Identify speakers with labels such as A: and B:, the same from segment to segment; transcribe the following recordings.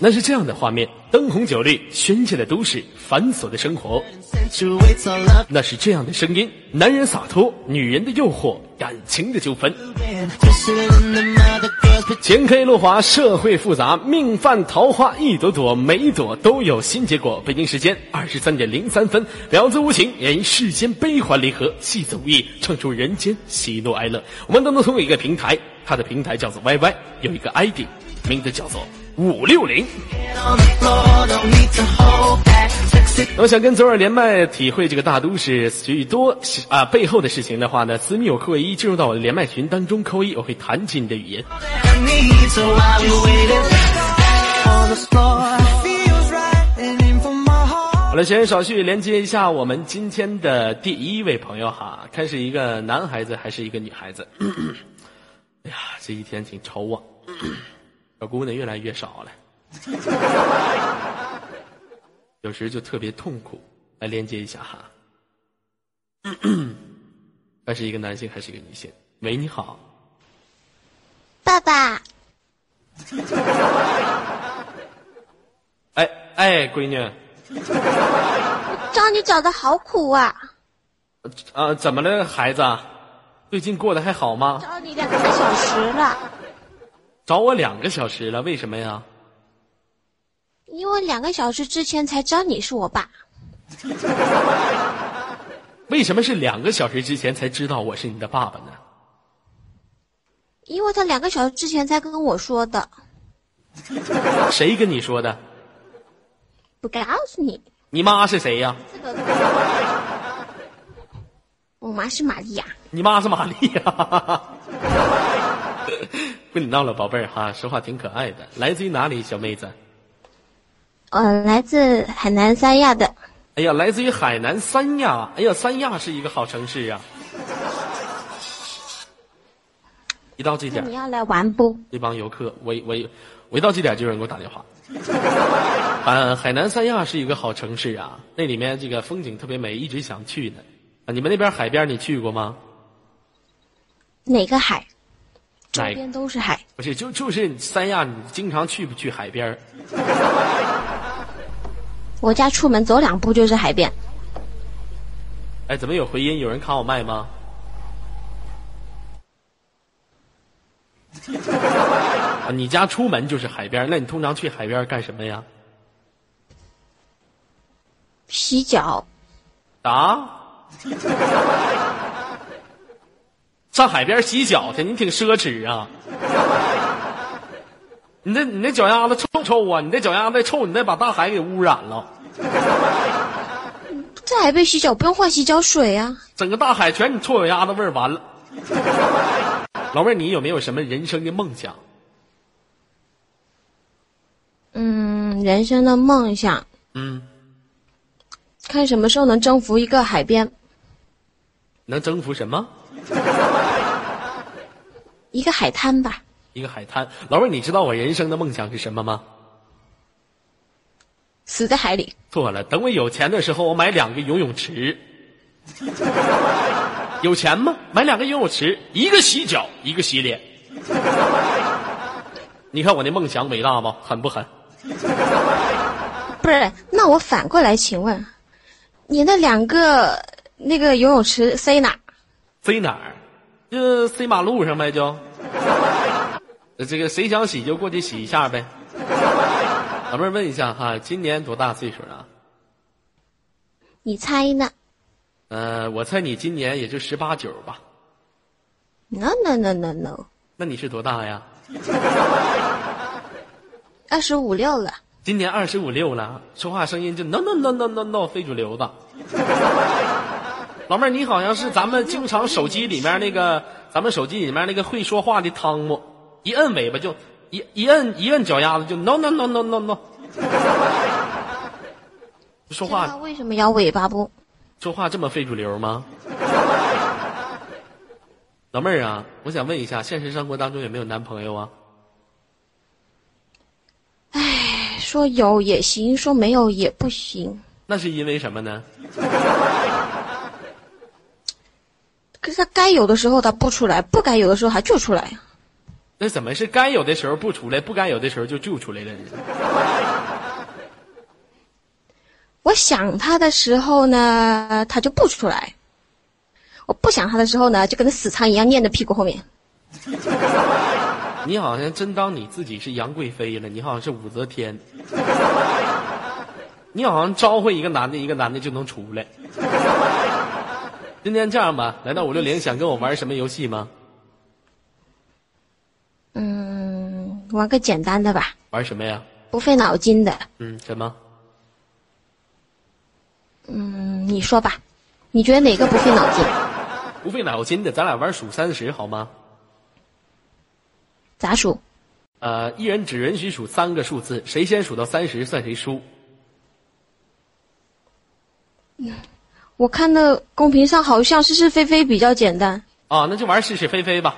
A: 那是这样的画面：灯红酒绿、喧嚣的都市，繁琐的生活；
B: Accentuates our love
A: 那是这样的声音：男人洒脱，女人的诱惑，感情的纠纷。
B: and Twisted in the mouth of girls, but
A: 前黑路滑，社会复杂，命犯桃花一朵朵，每一朵都有新结果。北京时间二十三点零三分，婊子无情，演绎世间悲欢离合，戏子无意，唱出人间喜怒哀乐。我们都能通过一个平台，它的平台叫做 YY，有一个 ID，名字叫做五六零。
B: on the floor, don't need to hold back. Sexy
A: 那么想跟左耳连麦体会这个大都市许多啊、背后的事情的话呢，私密我扣一，进入到我的连麦群当中扣一，我会弹起你的语音。
B: that I need, so I'll be waiting on the floor. Feels right, and in from my heart.
A: 好了，闲言少叙，连接一下我们今天的第一位朋友哈，看是一个男孩子还是一个女孩子？哎呀，这一天挺愁啊，小姑娘越来越少了，有时就特别痛苦。来连接一下哈，看是一个男性还是一个女性？喂，你好，
C: 爸爸，
A: 哎哎，闺女，
C: 找你找的好苦啊！
A: 啊，怎么了，孩子？最近过得还好吗？
C: 找你两个小时了，
A: 找我两个小时了，为什么呀？
C: 因为两个小时之前才知道你是我爸，
A: 为什么是两个小时之前才知道我是你的爸爸呢？
C: 因为他两个小时之前才跟我说的，
A: 谁跟你说的？
C: 不告诉你。
A: 你妈是谁呀？
C: 这个，我妈是玛利亚，
A: 你妈是玛丽呀！ 跟你闹了，宝贝儿哈，说话挺可爱的。来自于哪里，小妹子？
C: 呃，来自海南三亚的。
A: 哎呀，来自于海南三亚。哎呀，三亚是一个好城市呀、一到这点儿
C: 你，要来玩不？
A: 这帮游客，我我我一到这点就有人给我打电话。 啊，海南三亚是一个好城市啊，那里面这个风景特别美，一直想去呢。啊，你们那边海边你去过吗？
C: 哪个海？周
A: 哪个
C: 边都是海。
A: 不是，就就是三亚，你经常去不去海边儿？
C: 我家出门走两步就是海边。
A: 哎，怎么有回音？有人卡我麦吗？ 啊，你家出门就是海边儿，那你通常去海边儿干什么呀？
C: 洗脚，
A: 啊？ 上海边洗脚去，你挺奢侈啊！ 你那你那脚丫子臭臭啊！你那脚丫子臭，你再把大海给污染了，
C: 在海边洗脚不用换洗脚水啊。
A: 整个大海全你臭脚丫子味儿，完了。 老妹儿，你有没有什么人生的梦想？
C: 嗯，人生的梦想，
A: 嗯，
C: 看什么时候能征服一个海边，
A: 能征服什么？
C: 一个海滩吧。
A: 一个海滩。老妹儿，你知道我人生的梦想是什么吗？
C: 死在海里，
A: 错了，等我有钱的时候，我买两个游泳池。有钱吗？买两个游泳池，一个洗脚，一个洗脸。你看我那梦想伟大吗？狠不狠？
C: 不是？那我反过来请问，你那两个那个游泳池塞哪？
A: 塞哪儿？就塞马路上呗，就。呃这个谁想洗就过去洗一下呗。老妹儿问一下哈，今年多大岁数啊？
C: 你猜呢
A: 呃，我猜你今年也就十八九吧。
C: ？No No No No No，
A: 那你是多大呀？
C: 二十五六了，
A: 今年二十五六了，说话声音就 no no no no no no 非主流的。老妹儿，你好像是咱们经常手机里面那个，咱们手机里面那个会说话的汤姆，一摁尾巴就一一摁一摁脚丫子就 no no no no no no。说
C: 知道
A: 话
C: 为什么摇尾巴不？
A: 说话这么非主流吗？老妹儿啊，我想问一下，现实生活当中有没有男朋友啊？
C: 说有也行，说没有也不行。
A: 那是因为什么呢？
C: 可是他该有的时候他不出来，不该有的时候还就出来。
A: 那怎么是该有的时候不出来，不该有的时候就就出来了呢？
C: 我想他的时候呢，他就不出来；我不想他的时候呢，就跟那死苍蝇一样粘在屁股后面。
A: 你好像真当你自己是杨贵妃了，你好像是武则天， 你好像招呼一个男的，一个男的就能出来。今天这样吧，来到五六零，想跟我玩什么游戏吗？
C: 嗯，玩个简单的吧，
A: 玩什么呀？
C: 不费脑筋的。
A: 嗯，什么？
C: 嗯，你说吧，你觉得哪个不费脑筋？
A: 不费脑筋的，咱俩玩数三十好吗？
C: 咋数？
A: 呃，一人只允许数三个数字，谁先数到三十算谁输。
C: 我看那公屏上好像是是非非比较简单。
A: 啊，那就玩是是非非吧。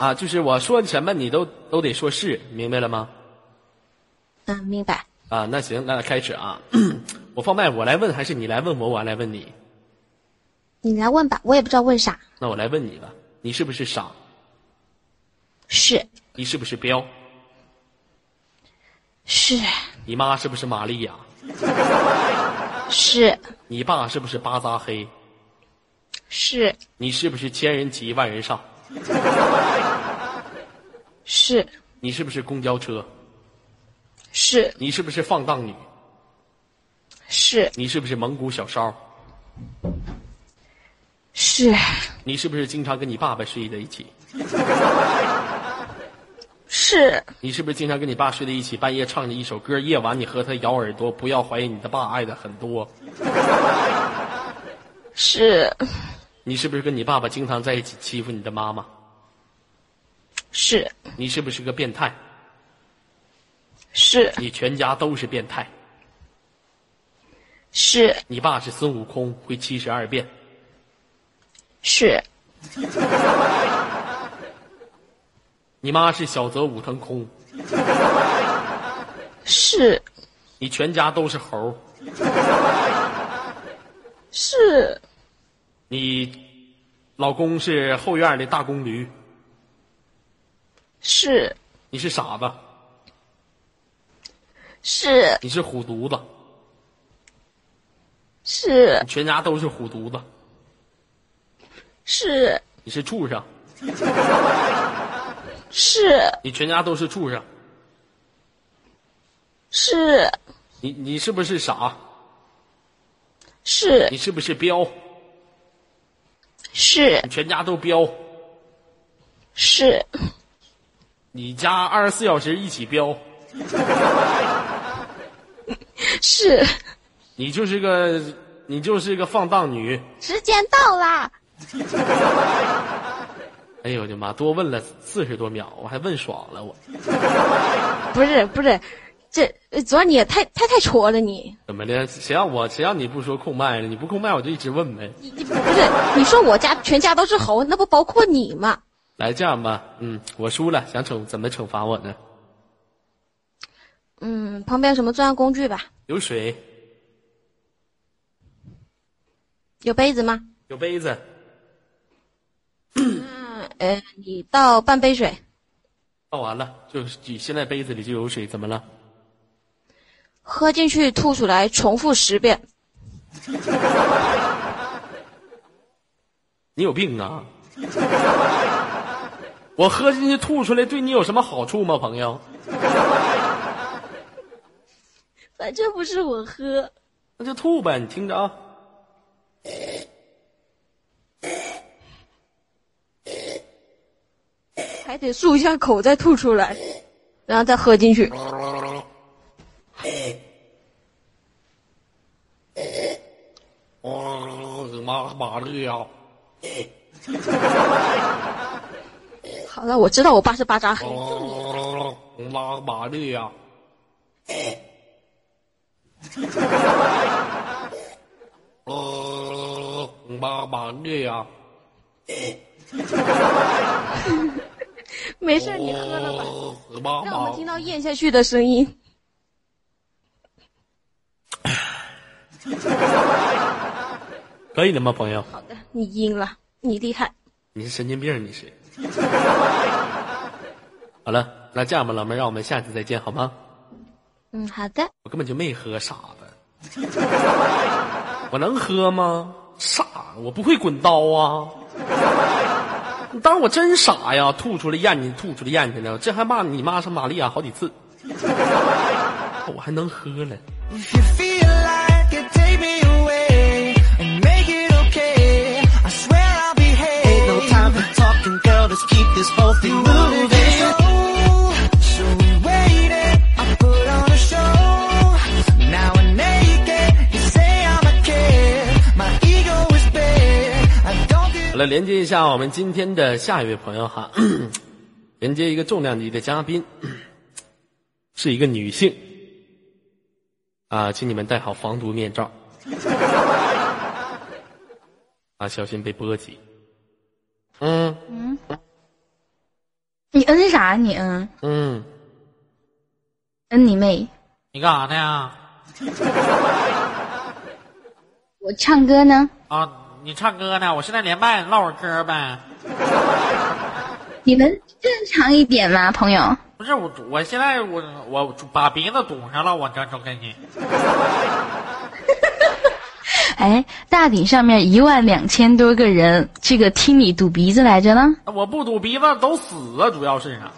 A: 啊，就是我说什么你都都得说是，明白了吗？
C: 嗯，明白。
A: 啊，那行，那开始啊。 我放麦，我来问还是你来问我，我来问你？
C: 你来问吧，我也不知道问啥。
A: 那我来问你吧，你是不是傻？
C: 是
A: 你是不是彪？
C: 是
A: 你妈是不是玛利亚？
C: 是
A: 你爸是不是巴扎黑？
C: 是
A: 你是不是千人骑万人上？
C: 是
A: 你是不是公交车？
C: 是
A: 你是不是放荡女？
C: 是
A: 你是不是蒙古小烧？
C: 是
A: 你是不是经常跟你爸爸睡在一起？
C: 是
A: 你是不是经常跟你爸睡在一起？半夜唱着一首歌，夜晚你和他咬耳朵，不要怀疑你的爸爱的很多。
C: 是
A: 你是不是跟你爸爸经常在一起欺负你的妈妈？
C: 是
A: 你是不是个变态？
C: 是
A: 你全家都是变态。
C: 是
A: 你爸是孙悟空，会七十二变。
C: 是
A: 你妈是小泽武藤空，
C: 是
A: 你全家都是猴。
C: 是
A: 你老公是后院的大公驴。
C: 是
A: 你是傻子，
C: 是
A: 你是虎犊子，
C: 是
A: 你全家都是虎犊子。
C: 是
A: 你是畜生，
C: 是
A: 你全家都是畜生。
C: 是
A: 你你是不是傻？
C: 是
A: 你是不是彪？
C: 是
A: 你全家都彪，
C: 是
A: 你家二十四小时一起彪，
C: 是，
A: 你就是个你就是个放荡女。
C: 时间到啦！
A: 哎呦我的妈！多问了四十多秒，我还问爽了我，
C: 不是不是，这呃昨儿你也太太太戳了你，
A: 怎么的？谁让我谁让你不说控麦了？你不控麦我就一直问呗。
C: 你你不是你说我家全家都是猴，那不包括你吗？
A: 来这样吧，嗯，我输了，想惩怎么惩罚我呢？
C: 嗯，旁边有什么作案工具吧？
A: 有水，
C: 有杯子吗？
A: 有杯子，
C: 嗯，呃，你倒半杯水，
A: 倒完了就是举现在杯子里就有水，怎么了？
C: 喝进去吐出来，重复十遍。
A: 你有病啊！我喝进去吐出来，对你有什么好处吗，朋友？
C: 反正不是我喝，
A: 那就吐呗，你听着啊。
C: 还得漱一下口再吐出来，然后再喝进去。
A: 哦，妈妈的呀！
C: 好了，我知道我爸是巴扎黑，
A: 哦，妈妈的呀！哦，妈妈的呀！
C: 没
A: 啊
C: 事儿你喝了吧，
A: 哦，妈
C: 让我们听
A: 妈
C: 到咽下去的声音。
A: 可以的吗，朋友？
C: 好的，你赢了，你厉害。
A: 你是神经病，你 是。好了，那这样吧，老妹儿，让我们下次再见好吗？
C: 嗯，好的，
A: 我根本就没喝，傻子。我能喝吗？傻，我不会滚刀啊！当时我真傻呀，吐出来咽去，吐出来咽去呢，这还骂你妈是玛利亚好几次， 我还能喝了。
B: If you feel like it, take me away and make it okay. I swear I'll behave. Ain't no time for talking, girl. Let's keep this whole thing moving. So we waited. I put on a show. Now I'm naked. You say I'm a kid. My ego is big. I don't give.
A: 好了，连接一下我们今天的下一位朋友哈， 连接一个重量级的嘉宾， 是一个女性，啊，请你们戴好防毒面罩， 啊，小心被波及。嗯
D: 你嗯啥？你嗯
A: 嗯，
D: 嗯你妹！
E: 你干啥呢？
D: 我唱歌呢，
E: 啊，你唱歌呢？我现在连麦唠会儿嗑呗。
D: 你能正常一点吗，朋友？
E: 不是我，我现在我我把鼻子堵上了，我这就跟你
D: 哎，大顶上面一万两千多个人，这个听你堵鼻子来着呢。
E: 我不堵鼻子都死啊，主要是啊。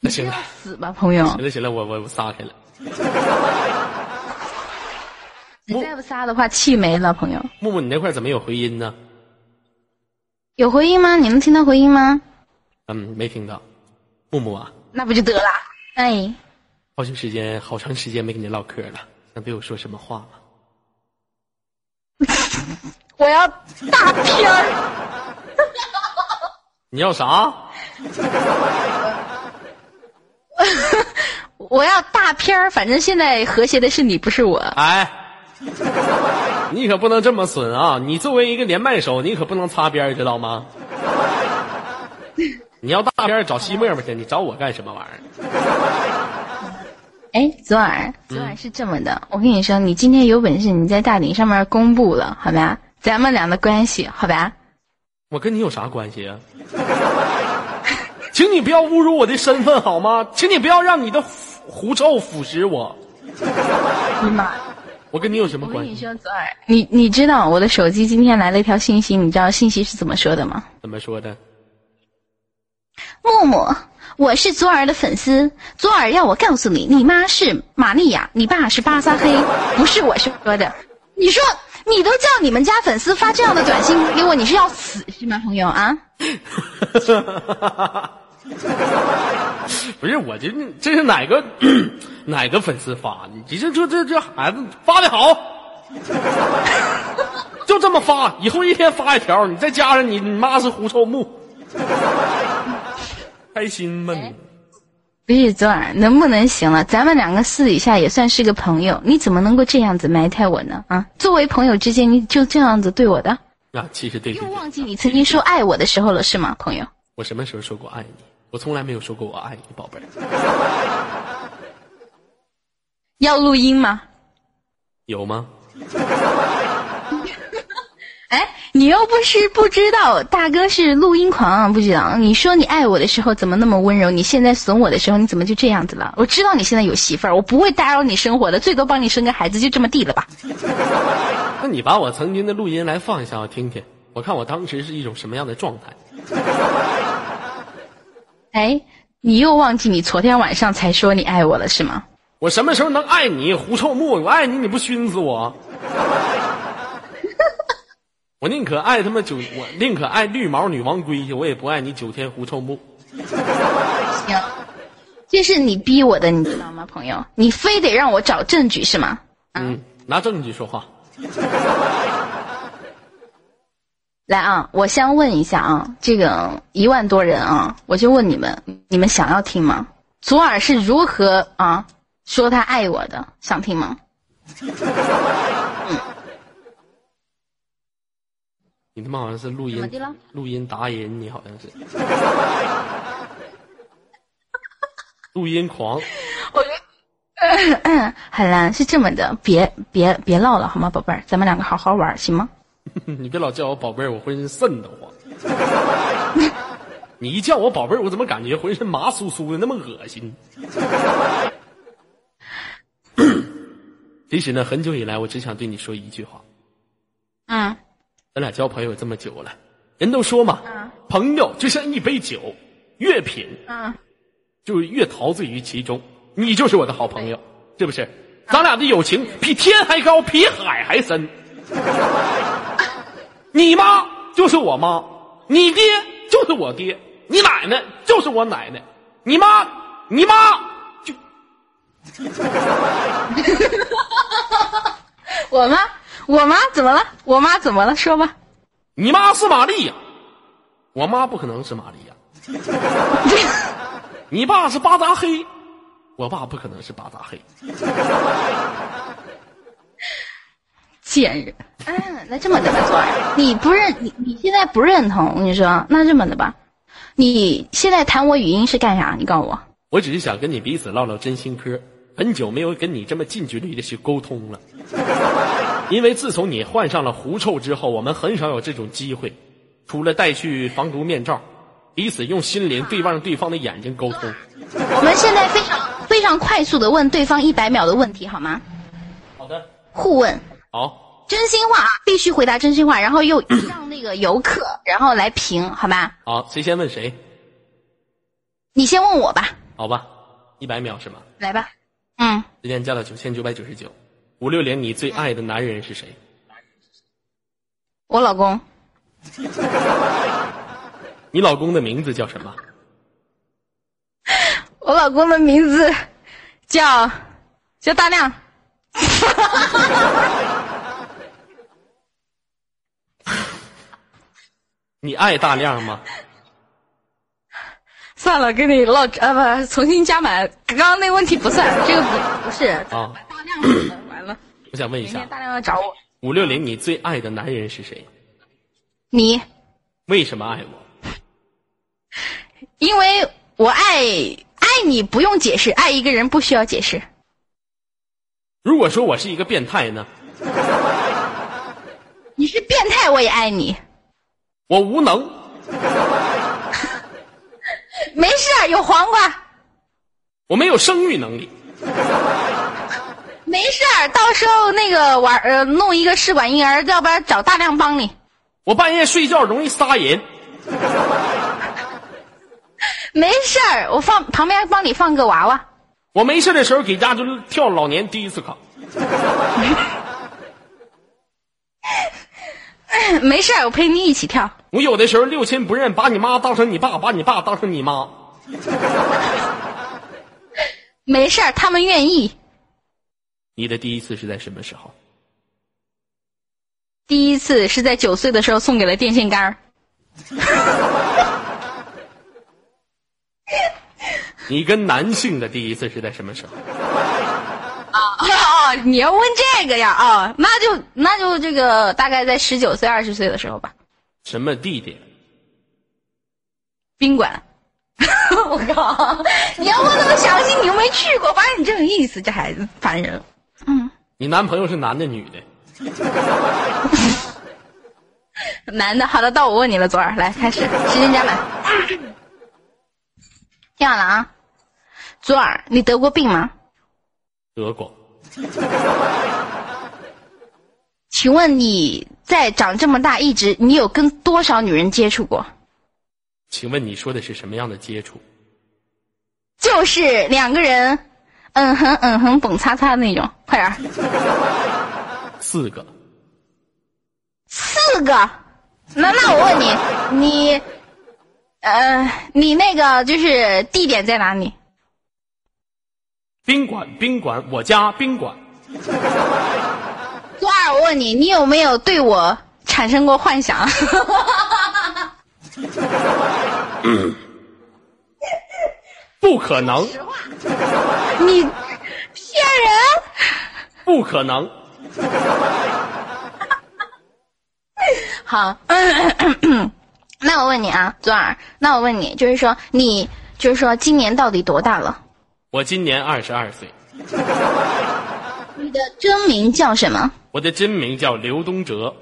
A: 那行了，
D: 死吧，朋友！
A: 行了行了，我我我撒开了。
D: 你再不撒的话，气没了，朋友。
A: 木木，你那块怎么有回音呢？
D: 有回音吗？你能听到回音吗？
A: 嗯，没听到。木木啊，
D: 那不就得了？哎，
A: 好长时间好长时间没跟你唠嗑了，能对我说什么话吗？
D: 我要大片儿。
A: 你要啥？
D: 我要大片儿，反正现在和谐的是你，不是我。
A: 哎，你可不能这么损啊！你作为一个连麦手，你可不能擦边儿，知道吗？你要大边儿找西沫沫去，你找我干什么玩意儿？
D: 哎，左耳，左耳是这么的，我跟你说，你今天有本事你在大顶上面公布了，好吧？咱们俩的关系，好吧？
A: 我跟你有啥关系啊？请你不要侮辱我的身份好吗？请你不要让你的狐狐臭腐蚀我。
D: 你哎妈！
A: 我跟你有什么
D: 我跟
A: 关
D: 你
A: 系？
D: 说，左耳，你你知道我的手机今天来了一条信息，你知道信息是怎么说的吗？
A: 怎么说的？
D: 木木，我是左耳的粉丝，左耳要我告诉你，你妈是玛利亚，你爸是巴萨黑，不是我说的。你说，你都叫你们家粉丝发这样的短信给我，你是要死是吗，朋友啊？
A: 不是我这这是哪个哪个粉丝发的？你这这这这孩子发的好，就这么发，以后一天发一条，你再加上你你妈是狐臭木，开心吗你？
D: 不是左耳，能不能行了？咱们两个私底下也算是个朋友，你怎么能够这样子埋汰我呢？啊，作为朋友之间，你就这样子对我的，
A: 啊，其实对对
D: 又
A: 对，
D: 忘记你曾经说爱我的时候了，是吗，朋友？
A: 我什么时候说过爱你？我从来没有说过我爱你，宝贝儿。
D: 要录音吗？
A: 有吗？
D: 哎，你又不是不知道，大哥是录音狂，不知道？你说你爱我的时候怎么那么温柔？你现在损我的时候，你怎么就这样子了？我知道你现在有媳妇儿，我不会打扰你生活的，最多帮你生个孩子，就这么地了吧？
A: 那你把我曾经的录音来放一下，我听听，我看我当时是一种什么样的状态。
D: 哎，你又忘记你昨天晚上才说你爱我了，是吗？
A: 我什么时候能爱你？狐臭木，我爱你，你不熏死 我？我宁可爱他妈九，我宁可爱绿毛女王龟去，我也不爱你九天狐臭木。
D: 行，这是你逼我的，你知道吗，朋友？你非得让我找证据是吗？
A: 嗯，拿证据说话。
D: 来啊，我先问一下啊，这个一万多人啊，我就问你们，你们想要听吗？左耳是如何啊说他爱我的？想听吗？
A: 你他妈好像是录
D: 怎么
A: 音
D: 的了，
A: 录音达人，你好像是 录音狂。
D: 海兰是这么的，别别别唠了好吗，宝贝儿，咱们两个好好玩儿行吗？
A: 嗯你别老叫我宝贝儿，我浑身瘆得慌。 你一叫我宝贝儿，我怎么感觉浑身麻酥酥的，那么恶心？其实呢，很久以来我只想对你说一句话：
D: 嗯，
A: 咱俩交朋友这么久了，人都说嘛，朋友就像一杯酒，越品
D: 嗯，
A: 就是越陶醉于其中。你就是我的好朋友，是不是？咱俩的友情比天还高，比海还深。 你妈就是我妈，你爹就是我爹，你奶奶就是我奶奶，你妈你妈就
D: 我妈，我妈怎么了？我妈怎么了？说吧。
A: 你妈是玛丽亚，我妈不可能是玛丽亚。 你爸是巴扎黑，我爸不可能是巴扎黑。
D: 贱人。嗯，那这么的吧，左儿，你不认你你现在不认同，你说那这么的吧，你现在弹我语音是干啥？你告诉我。
A: 我只是想跟你彼此唠唠真心嗑，很久没有跟你这么近距离的去沟通了。因为自从你患上了狐臭之后，我们很少有这种机会，除了带去防毒面罩，彼此用心灵对望对方的眼睛沟通。
D: 我们现在非常非常快速的问对方一百秒的问题好吗？
A: 好的，
D: 互问，
A: 好，
D: 真心话啊，必须回答真心话，然 后又让那个游客然后来评好吧？
A: 好，谁先问谁？
D: 你先问我吧，
A: 好吧，一百秒是吗？
D: 来吧。嗯，
A: 时间加到九千九百九十九。五六零，你最爱的男人是谁？
D: 我老公
A: 你老公的名字叫什么？
D: 我老公的名字叫叫大亮。
A: 你爱大亮吗？
D: 算了，跟你唠呃不，重新加满。刚刚那问题不算，这个不不是
A: 啊，
D: 嗯大量的完了，
A: 我想问嗯一
D: 明天
A: 下，
D: 大量的找我。
A: 五六零，你最爱的男人是谁？
D: 你，
A: 为什么爱我？
D: 因为我爱爱你不用解释，爱一个人不需要解释。
A: 如果说我是一个变态呢？
D: 你是变态，我也爱你。
A: 我无能，
D: 没事儿，有黄瓜。
A: 我没有生育能力，
D: 没事儿，到时候那个玩呃弄一个试管婴儿，要不然找大量帮你。
A: 我半夜睡觉容易杀人，
D: 没事儿，我放旁边帮你放个娃娃。
A: 我没事的时候给家就跳老年迪斯科。
D: 没事儿，我陪你一起跳。
A: 我有的时候六亲不认，把你妈当成你爸，把你爸当成你妈。
D: 没事儿，他们愿意。
A: 你的第一次是在什么时候？
D: 第一次是在九岁的时候送给了电线杆儿。
A: 你跟男性的第一次是在什么时候？
D: 哦，你要问这个呀？哦，那就那就这个大概在十九岁、二十岁的时候吧。
A: 什么地点？
D: 宾馆， 我靠！你要问那么详细，你又没去过，反正你这种意思，这孩子烦人。
A: 你男朋友是男的女的？
D: 男的，好的，到我问你了，左儿，来开始，时间 加满。听好了啊，左儿，你得过病吗？
A: 德国。
D: 请问你在长这么大一直，你有跟多少女人接触过？
A: 请问你说的是什么样的接触？
D: 就是两个人，嗯哼嗯哼，蹦擦擦的那种，快点儿。
A: 四个。
D: 四个。那那我问你，你，呃，你那个就是地点在哪里？
A: 宾馆，宾馆，我家宾馆。
D: 多二，我问你，你有没有对我产生过幻想？
A: 不可能，
D: 你骗人！
A: 不可能。
D: 好，那我问你啊，左耳，那我问你，就是说你，就是说今年到底多大了？
A: 我今年二十二岁，
D: 你的真名叫什么？
A: 我的真名叫刘东哲，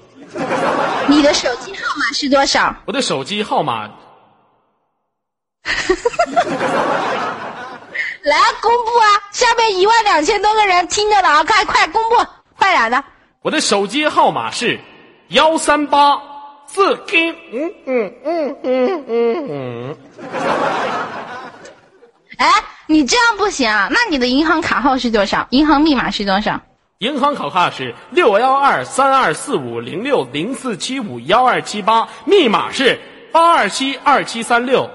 D: 你的手机号码是多少？
A: 我的手机号码
D: 来啊公布啊！下面一万两千多个人听着了啊，快快公布，快点的！
A: 我的手机号码是幺三八四 K，嗯嗯嗯嗯嗯嗯，
D: 哎，你这样不行啊！那你的银行卡号是多少？银行密码是多少？
A: 银行卡号是六幺二三二四五零六零四七五幺二七八，密码是八二七二七三六。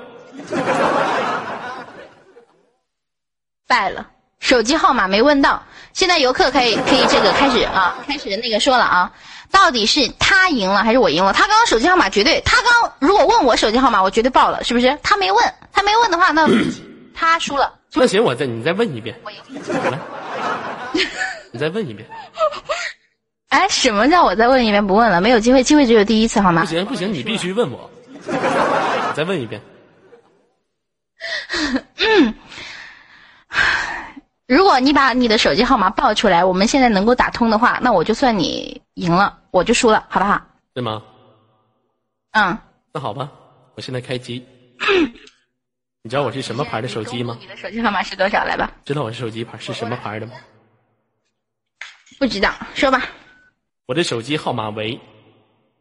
D: 败了，手机号码没问到。现在游客可以可以这个开始啊，开始那个说了啊，到底是他赢了还是我赢了？他刚刚手机号码绝对，他刚如果问我手机号码，我绝对报了，是不是？他没问，他没问的 话，那他输了。
A: 那行，我再你再问一遍，
D: 我赢。
A: 来，你再问一遍，
D: 哎，什么叫我再问一遍不问了？没有机会，机会只有第一次，好
A: 不
D: 吗？
A: 行不行，你必须问我，你再问一遍。
D: 如果你把你的手机号码报出来，我们现在能够打通的话，那我就算你赢了，我就输了，好不好？
A: 对吗？
D: 嗯。
A: 那好吧，我现在开机。你知道我是什么牌的手机吗
D: 你？的手机号码是多少？来吧。
A: 知道我手机牌是什么牌的吗？
D: 不知道，说吧。
A: 我的手机号码为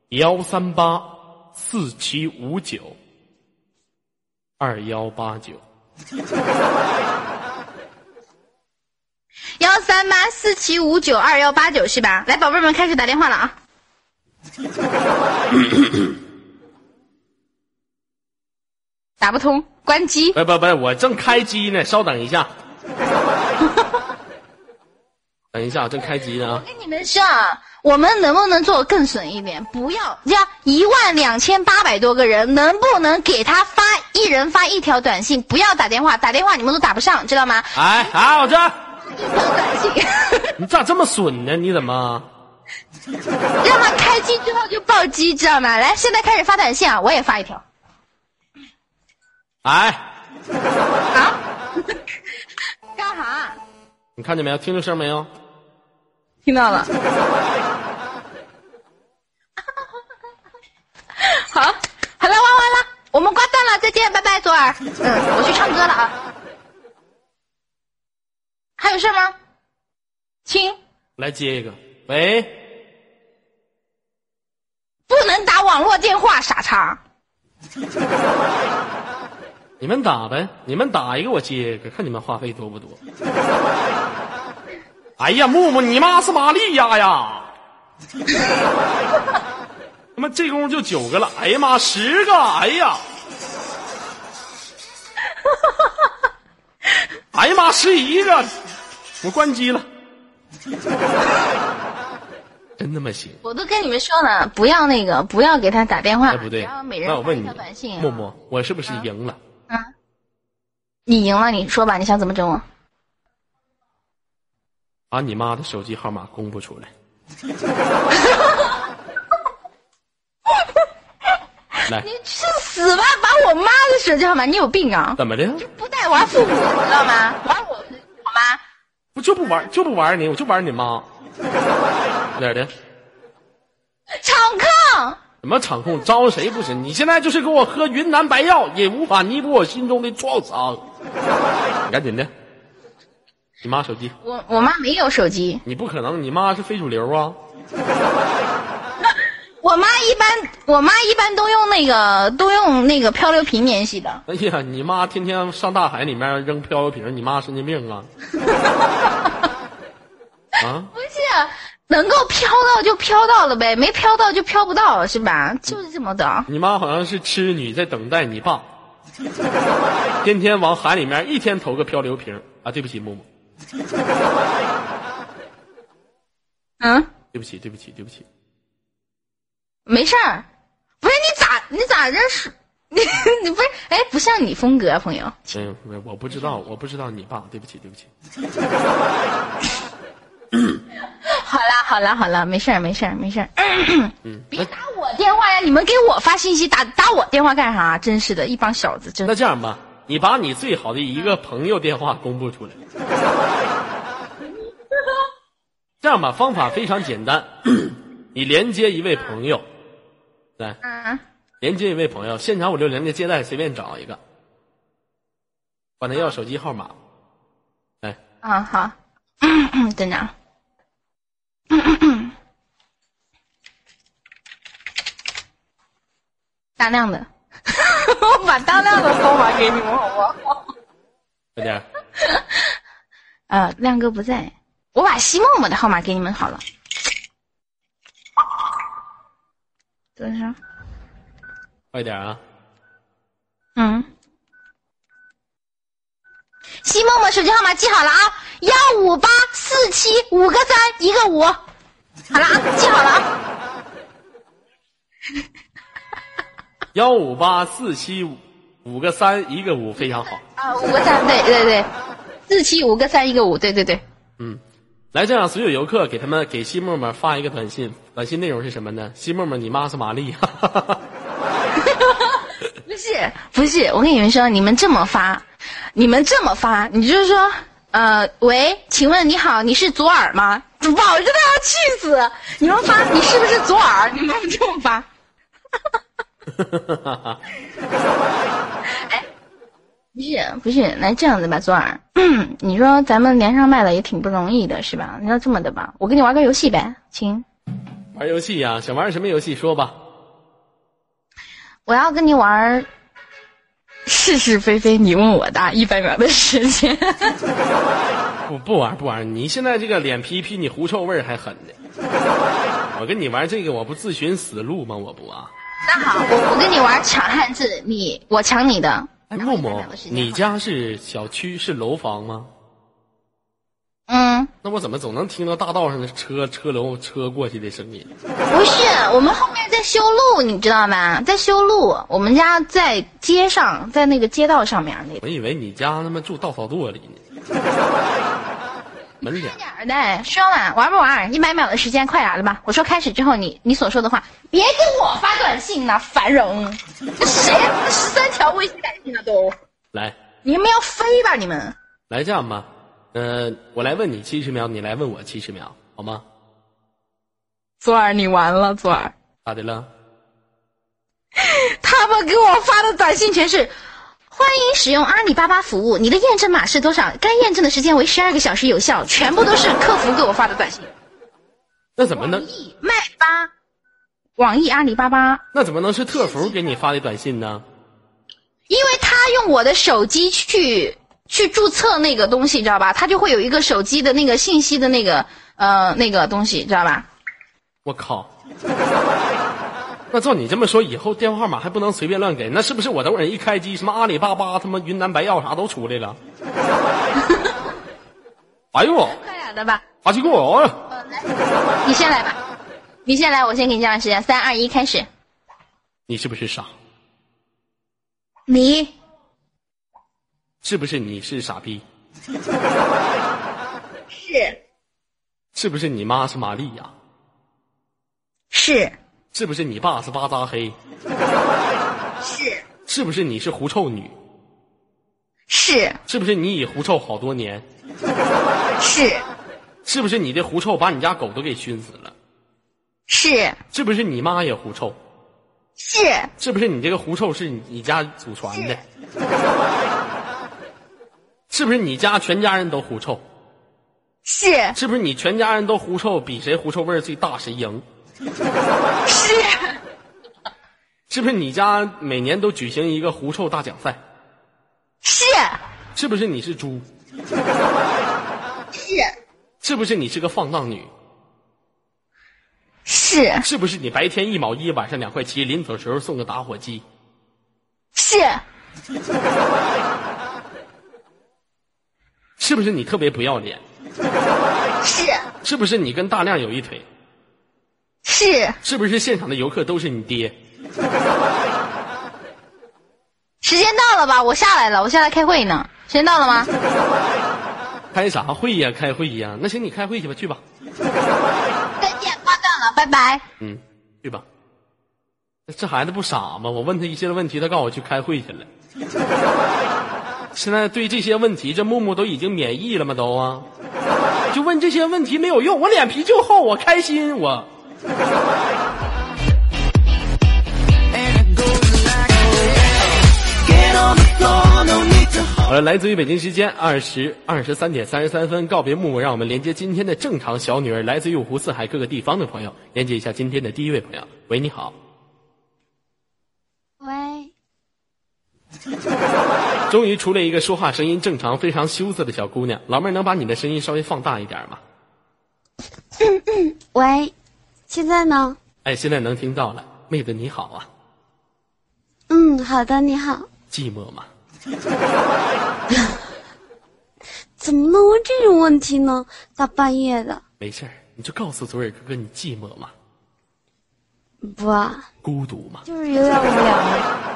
A: 幺三八四七五九二幺八九。
D: 幺三八四七五九二幺八九是吧？来，宝贝儿们开始打电话了 啊！打不通，关机。
A: 不不不，我正开机呢，稍等一下。等一下，我正开机呢啊！
D: 跟你们说啊，我们能不能做更损一点？不要，这样一万两千八百多个人，能不能给他发一人发一条短信？不要打电话，打电话你们都打不上，知道吗？
A: 哎哎，我这
D: 一条短信，
A: 你咋这么损呢？你怎么？
D: 让他开机之后就暴击，知道吗？来，现在开始发短信啊！我也发一条
A: 哎，
D: 啊！干啥？
A: 你看见没有？听着声没有？
D: 听到了。 好，好了，玩完了，我们挂断了，再见，拜拜，左耳。嗯，我去唱歌了啊。还有事吗？亲，
A: 来接一个。喂。
D: 不能打网络电话，傻叉。
A: 你们打呗，你们打一个我接一个，看你们话费多不 多。哎呀，木木，你妈是玛利亚呀！ 他妈这功夫就九个了，哎呀妈，十个，哎呀， 哎呀妈，十一个，我关机了。 真他妈行，
D: 我都跟你们说了，不要那个，不要给他打电话，
A: 哎不对
D: 不要啊每，人
A: 那我
D: 发
A: 问
D: 一
A: 你
D: 条短信，。啊
A: 木木，我是不是赢了？
D: 你赢了，你说吧，你想怎么整我？
A: 把你妈的手机号码公布出来。来，
D: 你去死吧！把我妈的手机号码，你有病啊！
A: 怎么的？
D: 不带玩父母，知道吗？玩我们好吗？
A: 不就不玩就不玩你，我就玩你妈。咋的？
D: 场控，
A: 怎么场控招谁不行？你现在就是给我喝云南白药，也无法弥补我心中的创伤。你赶紧的，你妈手机，
D: 我我妈没有手机，
A: 你不可能，你妈是非主流啊！
D: 我妈一般我妈一般都用那个都用那个漂流瓶联系的。
A: 哎呀，你妈天天上大海里面扔漂流瓶，你妈神经病啊！啊！
D: 不是，能够飘到就飘到了呗，没飘到就飘不到，是吧？就是这么的。
A: 你妈好像是痴女在等待你爸， 天天往海里面一天投个漂流瓶啊！对不起，木木，
D: 嗯，
A: 对不起，对不起，对不起，
D: 没事儿。不是你咋你咋认识？ 你你不是哎，不像你风格啊，朋友。
A: 嗯，我我不知道，我不知道你爸，对不起，对不起，
D: 好啦好啦好啦，没事儿没事儿没事儿。
A: 嗯，
D: 别
A: 那
D: 打我电话呀！你们给我发信息，打打我电话干啥？啊真是的，一帮小子，真
A: 那这样吧，你把你最好的一个朋友电话公布出来。这样吧，方法非常简单，你连接一位朋友，来
D: 嗯，
A: 连接一位朋友，现场五六零的接待随便找一个，管他要手机号码，
D: 啊，好， 嗯嗯等着。啊。 嗯嗯嗯大量的， 我把大量的送还给你们好不好？
A: 快点儿，
D: 呃，亮哥不在，我把西默默的号码给你们好了。等一下，
A: 快点儿啊！
D: 嗯，西默默手机号码记好了啊，幺五八四七五个三一个五，好了啊，记好了啊。
A: 幺五八四七五五个三一个五，非常好。
D: 啊，五个三，对对对，四七五个三一个五，对对对，
A: 嗯，来这样，所有游客给他们给西沫沫发一个短信，短信内容是什么呢？西沫沫，你妈是玛丽， 哈哈哈哈
D: 不是不是，我跟你们说，你们这么发，你们这么发，你就是说，呃，喂，请问你好，你是左耳吗？哇，我真的要气死！你们发你是不是左耳？你们这么发，
A: 哈哈哈。
D: 不是不是，来这样子吧，左耳，嗯你说咱们连上麦了也挺不容易的，是吧？那这么的吧，我跟你玩个游戏呗，亲，
A: 玩游戏呀、啊想玩什么游戏？说吧。
D: 我要跟你玩是是非非，你问我答，一百秒的时间。
A: 不不玩不玩，你现在这个脸皮比你狐臭味儿还狠呢。我跟你玩这个，我不自寻死路吗？我不啊。
D: 那好，我我跟你玩抢汉字，你我抢你的。
A: 哎，
D: 然后
A: 默
D: 一百
A: 默
D: 秒的时，间
A: 你家是小区是楼房吗？
D: 嗯，
A: 那我怎么总能听到大道上的车车楼车过去的声音？
D: 不是，我们后面在修路，你知道吗？在修路，我们家在街上，在那个街道上面啊那
A: 我以为你家他妈住稻草垛里呢。门脸儿，
D: 点儿的，说嘛，玩不玩？一百秒的时间，快点的吧！我说开始之后，你你所说的话，别跟我发短信了，烦人！这谁呀？十三条微信短信了都，
A: 来
D: 你们要飞吧你们？
A: 来这样吧，呃，我来问你七十秒，你来问我七十秒，好吗？
D: 左耳，你完了，左耳。
A: 咋的了？
D: 他们给我发的短信全是：欢迎使用阿里巴巴服务，你的验证码是多少？该验证的时间为十二个小时有效，全部都是客服给我发的短信。
A: 那怎么能
D: 麦巴，网易阿里巴巴，
A: 那怎么能是客服给你发的短信呢？
D: 因为他用我的手机去去注册那个东西，知道吧？他就会有一个手机的那个信息的那个呃那个东西，知道吧？
A: 我靠！ 那照你这么说，以后电话号码还不能随便乱给，那是不是我等会儿一开机，什么阿里巴巴、他妈云南白药啥都出来了？ 哎呦，
D: 快点的吧，
A: 阿奇给我啊！
D: 你先来吧，你先来，我先给你加上时间，三二一，开始。
A: 你是不是傻？
D: 你
A: 是不是你是傻逼？
D: 是
A: 是不是你妈是玛丽亚？
D: 是
A: 是不是你爸是巴扎黑？
D: 是
A: 是不是你是狐臭女？
D: 是
A: 是不是你已狐臭好多年？
D: 是
A: 是不是你的狐臭把你家狗都给熏死了？
D: 是
A: 是不是你妈也狐臭？
D: 是
A: 是不是你这个狐臭是你你家祖传的？是不是你家全家人都狐臭？
D: 是
A: 是不是你全家人都狐臭，比谁狐臭味儿最大谁赢？
D: 是
A: 是不是你家每年都举行一个狐臭大奖赛？
D: 是
A: 是不是你是猪？是不是你是个放荡女？
D: 是
A: 是不是你白天一毛一，晚上两块七，临走时候送个打火机？
D: 是
A: 是不是你特别不要脸？
D: 是
A: 是不是你跟大亮有一腿？
D: 是
A: 是不是现场的游客都是你爹？
D: 时间到了吧？我下来了，我下来开会呢。时间到了吗？
A: 开啥会呀、开会呀、那行，你开会去吧，去吧。
D: 再见，挂断了，拜拜。
A: 嗯，去吧。这孩子不傻吗？我问他一些问题，他告诉我去开会去了。现在对这些问题，这木木都已经免疫了吗？都啊，就问这些问题没有用。我脸皮就厚，我开心，我
B: And it goes like this. Get on the floor, no need to hold.
A: 好了，来自于北京时间二十二十三点三十三分，告别木木，让我们连接今天的正常小女儿，来自于五湖四海各个地方的朋友，连接一下今天的第一位朋友。喂，你好，
D: 喂，
A: 终于出了一个说话声音正常、非常羞涩的小姑娘。老妹儿，能把你的声音稍微放大一点吗？
C: 喂，现在呢？
A: 哎，现在能听到了，妹子你好啊，
C: 嗯，好的，你好。
A: 寂寞吗？
C: 怎么能问这种问题呢？大半夜的，
A: 没事儿，你就告诉左耳哥哥你寂寞吗？
C: 不啊，
A: 孤独吗？
C: 就是有点无聊。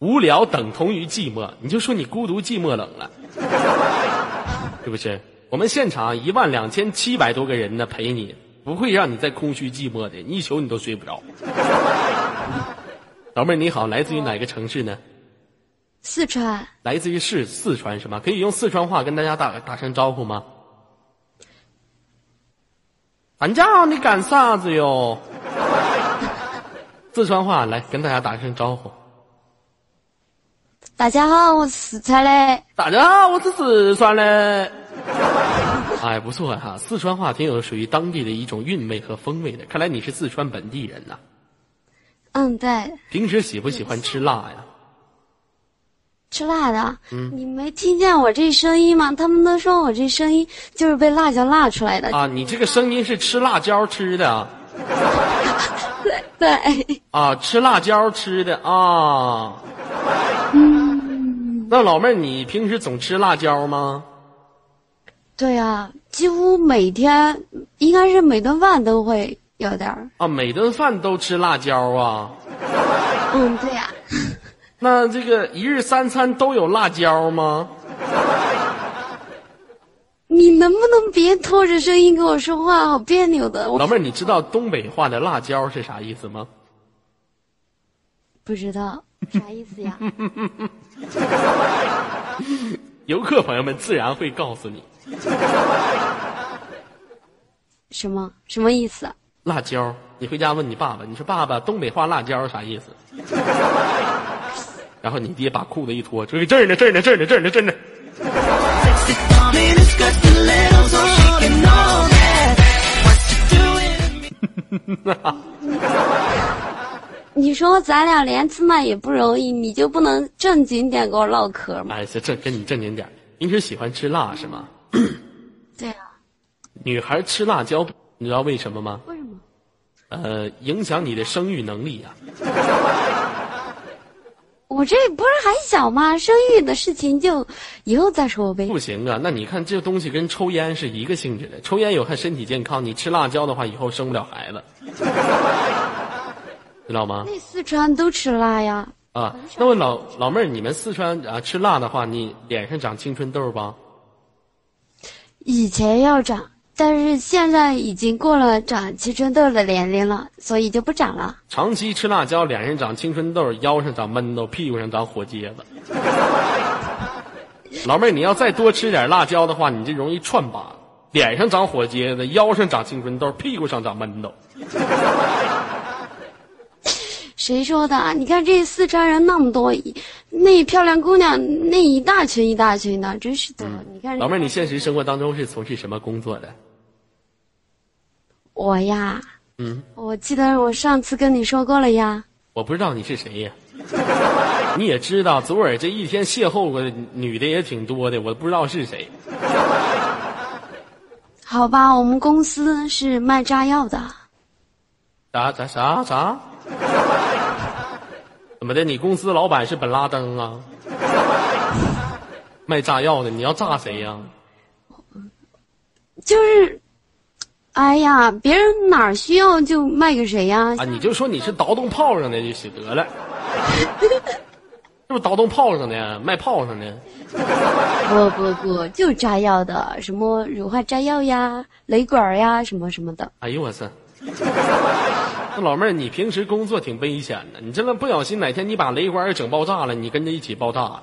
A: 无聊等同于寂寞，你就说你孤独、寂寞、冷了， 是不是？我们现场一万两千七百多个人呢陪你，不会让你再空虚寂寞的，你一宿你都睡不着。 老妹儿你好，来自于哪个城市呢？
C: 四川，
A: 来自于是四川是吗？可以用四川话跟大家打打声招呼吗？俺家你干啥子哟？四川话来跟大家打声招呼。
C: 大家好，我是四川的。
A: 咋的啊？我是四川嘞。哎，不错哈、四川话挺有属于当地的一种韵味和风味的。看来你是四川本地人呐、
C: 嗯，对，
A: 平时喜不喜欢吃辣呀？
C: 吃辣的。
A: 嗯
C: 你没听见我这声音吗？他们都说我这声音就是被辣椒辣出来的。
A: 啊，你这个声音是吃辣椒吃的啊？
C: 对对，
A: 啊，吃辣椒吃的啊。那老妹儿，你平时总吃辣椒吗？
C: 对啊，几乎每天应该是每顿饭都会有点儿。
A: 啊，每顿饭都吃辣椒啊？
C: 嗯，对呀、
A: 那这个一日三餐都有辣椒吗？
C: 你能不能别拖着声音跟我说话？好别扭的，我
A: 老妹儿，你知道东北话的辣椒是啥意思吗？
C: 不知道 啥意思呀。
A: 游客朋友们自然会告诉你，
C: 什么什么意思啊？
A: 辣椒。你回家问你爸爸，你说爸爸，东北话辣椒啥意思？ 然后你爹把裤子一脱，说哎这儿呢，这儿呢，这儿呢，这儿呢，这儿呢。
C: 你说咱俩连次麦也不容易，你就不能正经点跟我唠嗑吗？
A: 哎，这这跟你正经点儿，平时喜欢吃辣是吗？
C: 对啊，
A: 女孩吃辣椒，你知道为什么吗？
C: 为什么？
A: 呃，影响你的生育能力啊。
C: 我这不是还小吗？生育的事情就以后再说呗。
A: 不行啊，那你看这东西跟抽烟是一个性质的，抽烟有害身体健康，你吃辣椒的话，以后生不了孩子， 知道吗？
C: 那四川都吃辣呀，
A: 啊，那么老老妹儿，你们四川啊吃辣的话，你脸上长青春痘吧？
C: 以前要长，但是现在已经过了长青春痘的年龄了，所以就不长了。
A: 长期吃辣椒，脸上长青春痘，腰上长闷痘，屁股上长火疖子。老妹儿，你要再多吃点辣椒的话，你就容易串把，脸上长火疖子，腰上长青春痘，屁股上长闷痘。
C: 谁说的啊？你看这四川人那么多，那漂亮姑娘那一大群一大群的，真是的。你看
A: 嗯老妹儿，你现实生活当中是从事什么工作的？
C: 我呀，
A: 嗯，
C: 我记得我上次跟你说过了呀。
A: 我不知道你是谁呀、你也知道，昨儿这一天邂逅过的女的也挺多的，我不知道是谁。
C: 好吧，我们公司是卖炸药的，
A: 啥啥啥啥？怎么的？你公司老板是本拉登啊？卖炸药的，你要炸谁呀、
C: 就是，哎呀，别人哪儿需要就卖给谁呀。
A: 啊，你就说你是倒动炮上的就行得了，是不是倒动炮上的，卖炮上的？
C: 不不不，就炸药的，什么乳化炸药呀、雷管呀，什么什么的。
A: 哎呦我操！那老妹儿，你平时工作挺危险的，你这不小心哪天你把雷管儿整爆炸了，你跟着一起爆炸了。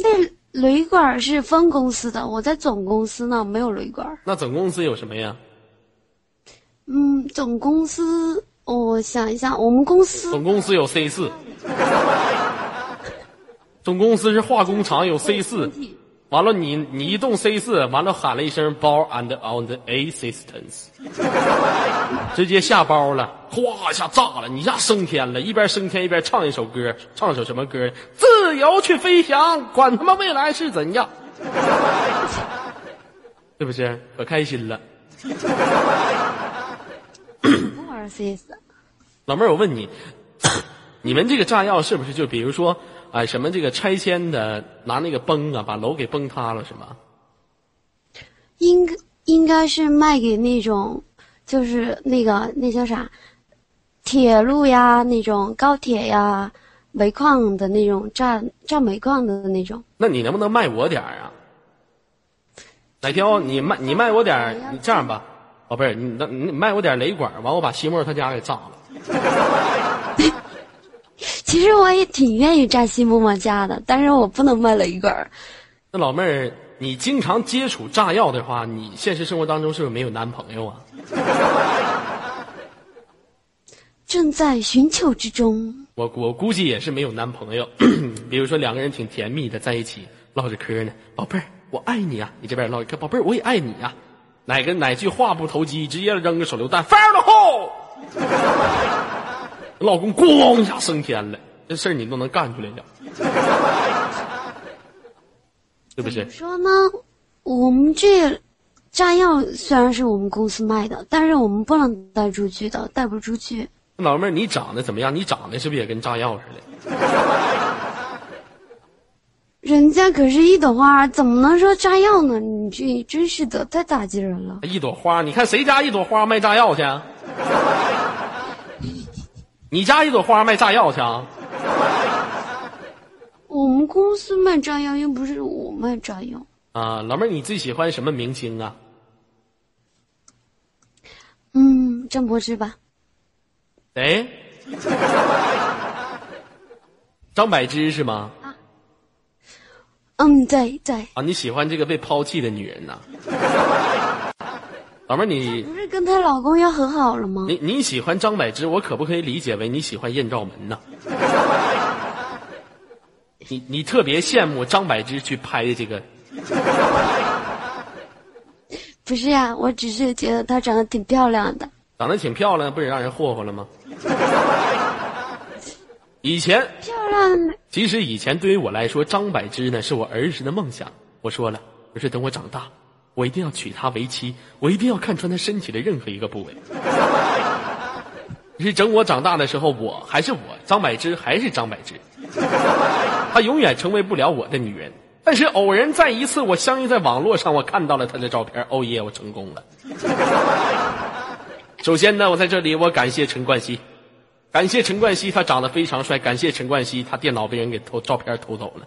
C: 那雷管是分公司的，我在总公司呢，没有雷管。
A: 那总公司有什么呀？
C: 嗯，总公司，我想一下，我们公司
A: 总公司有 C 四，总公司是化工厂，有 C 四。完了你，你一动 C 四，完了喊了一声包 and on the assistance，直接下包了，哗一下炸了，你一下升天了，一边升天一边唱一首歌，唱首什么歌？自由去飞翔，管他妈未来是怎样，是不是？可开心了。
F: 不玩 CS，
A: 老妹儿，我问你， 你们这个炸药是不是就比如说，哎，什么这个拆迁的拿那个崩啊，把楼给崩塌了是吗？
F: 应该应该是卖给那种，就是那个那叫啥，铁路呀，那种高铁呀，煤矿的那种炸炸煤矿的那种。
A: 那你能不能卖我点儿啊？哪条你卖你卖我点儿，你这样吧，宝贝儿，你那你卖我点儿雷管儿，完我把西莫他家给炸了。
F: 其实我也挺愿意炸西木木家的，但是我不能卖雷管儿。
A: 那老妹儿，你经常接触炸药的话，你现实生活当中是不是没有男朋友啊？
F: 正在寻求之中，
A: 我我估计也是没有男朋友。 比如说两个人挺甜蜜的在一起唠着嗑呢，宝贝儿，我爱你啊！你这边唠一个，宝贝儿，我也爱你啊！哪个哪句话不投机，直接扔个手榴弹，fire the hole！老公咣一下升天了，这事儿你都能干出来了， 是不是
F: 怎么？说呢？我们这炸药虽然是我们公司卖的，但是我们不能带出去的，带不出去。
A: 老妹儿，你长得怎么样？你长得是不是也跟炸药似的？
F: 人家可是一朵花，啊怎么能说炸药呢？你这真是的，太打击人了。
A: 一朵花，你看谁家一朵花卖炸药去啊？你家一朵花卖炸药去啊？
F: 我们公司卖炸药，又不是我卖炸药。
A: 啊，老妹儿，你最喜欢什么明星啊？
F: 嗯，郑柏芝吧，
A: 谁？张柏芝是吗？
F: 嗯，对对，
A: 啊，你喜欢这个被抛弃的女人呐、老妹儿，你
F: 不是跟她老公要和好了吗？
A: 你你喜欢张柏芝，我可不可以理解为你喜欢艳照门呢？你你特别羡慕张柏芝去拍的这个，
F: 不是呀、我只是觉得她长得挺漂亮的。
A: 长得挺漂亮，不也让人霍霍了吗？以前
F: 漂亮，
A: 其实以前对于我来说，张柏芝呢是我儿时的梦想。我说了，我说等我长大，我一定要娶她为妻，我一定要看穿她身体的任何一个部位。 是等我长大的时候，我还是我，张柏芝还是张柏芝，她永远成为不了我的女人。但是偶然在一次，我相遇在网络上，我看到了她的照片，哦耶，我成功了。首先呢，我在这里我感谢陈冠希。感谢陈冠希，他长得非常帅。感谢陈冠希，他电脑被人给偷照片偷走了。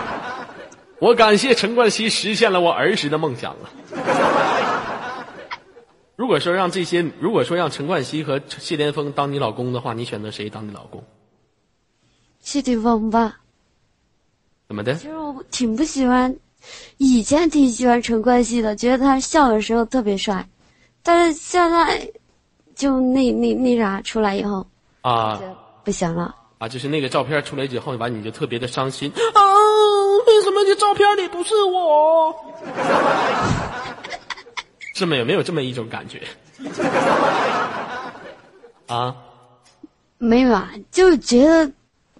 A: 我感谢陈冠希实现了我儿时的梦想啊！如果说让这些，如果说让陈冠希和谢霆锋当你老公的话，你选择谁当你老公？
F: 谢霆锋吧。
A: 怎么的？
F: 其实我挺不喜欢，以前挺喜欢陈冠希的，觉得他笑的时候特别帅，但是现在就那那那啥出来以后，
A: 啊
F: 觉得不行了。
A: 啊！就是那个照片出来之后，完你就特别的伤心啊！为什么这照片里不是我？ 这么有没有这么一种感觉？啊？
F: 没有啊，就觉得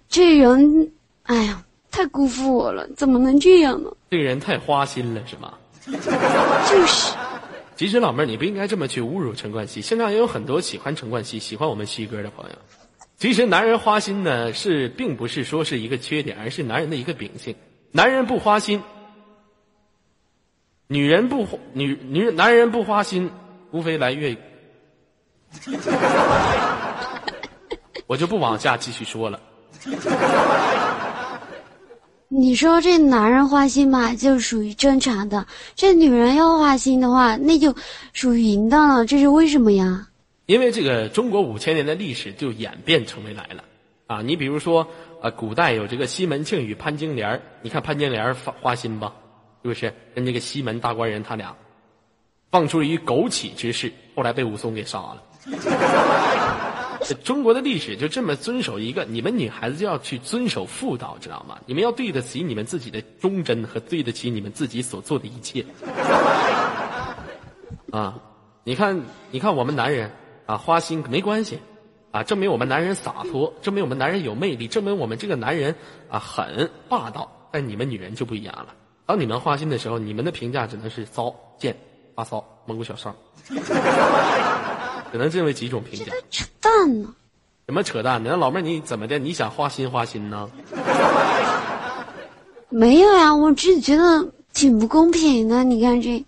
F: 这人，哎呀，太辜负我了，怎么能这样呢？
A: 这个人太花心了，是吗？
F: 就是，
A: 其实老妹儿，你不应该这么去侮辱陈冠希。现场也有很多喜欢陈冠希、喜欢我们西哥的朋友。其实男人花心呢，是并不是说是一个缺点，而是男人的一个秉性。男人不花心，女人不花女女男人不花心，无非来月。 我就不往下继续说了。
F: 你说这男人花心吧，就属于正常的；这女人要花心的话，那就属于淫荡了。这是为什么呀？
A: 因为这个中国五千年的历史就演变成为来了，啊，你比如说，啊，古代有这个西门庆与潘金莲儿你看潘金莲儿花花心吧，是不是？跟这个西门大官人他俩，放出了一枸杞之事，后来被武松给杀了。 中国的历史就这么遵守一个，你们女孩子就要去遵守妇道，知道吗？你们要对得起你们自己的忠贞和对得起你们自己所做的一切。啊，你看，你看我们男人啊，花心没关系，啊，证明我们男人洒脱，证明我们男人有魅力，证明我们这个男人啊很霸道。但你们女人就不一样了，当你们花心的时候，你们的评价只能是骚、贱、发骚、蒙古小商，只能这为几种评价。
F: 扯淡呢！
A: 什么扯淡？你让老妹儿你怎么的？你想花心花心呢？
F: 没有呀，我只是觉得挺不公平的。你看这，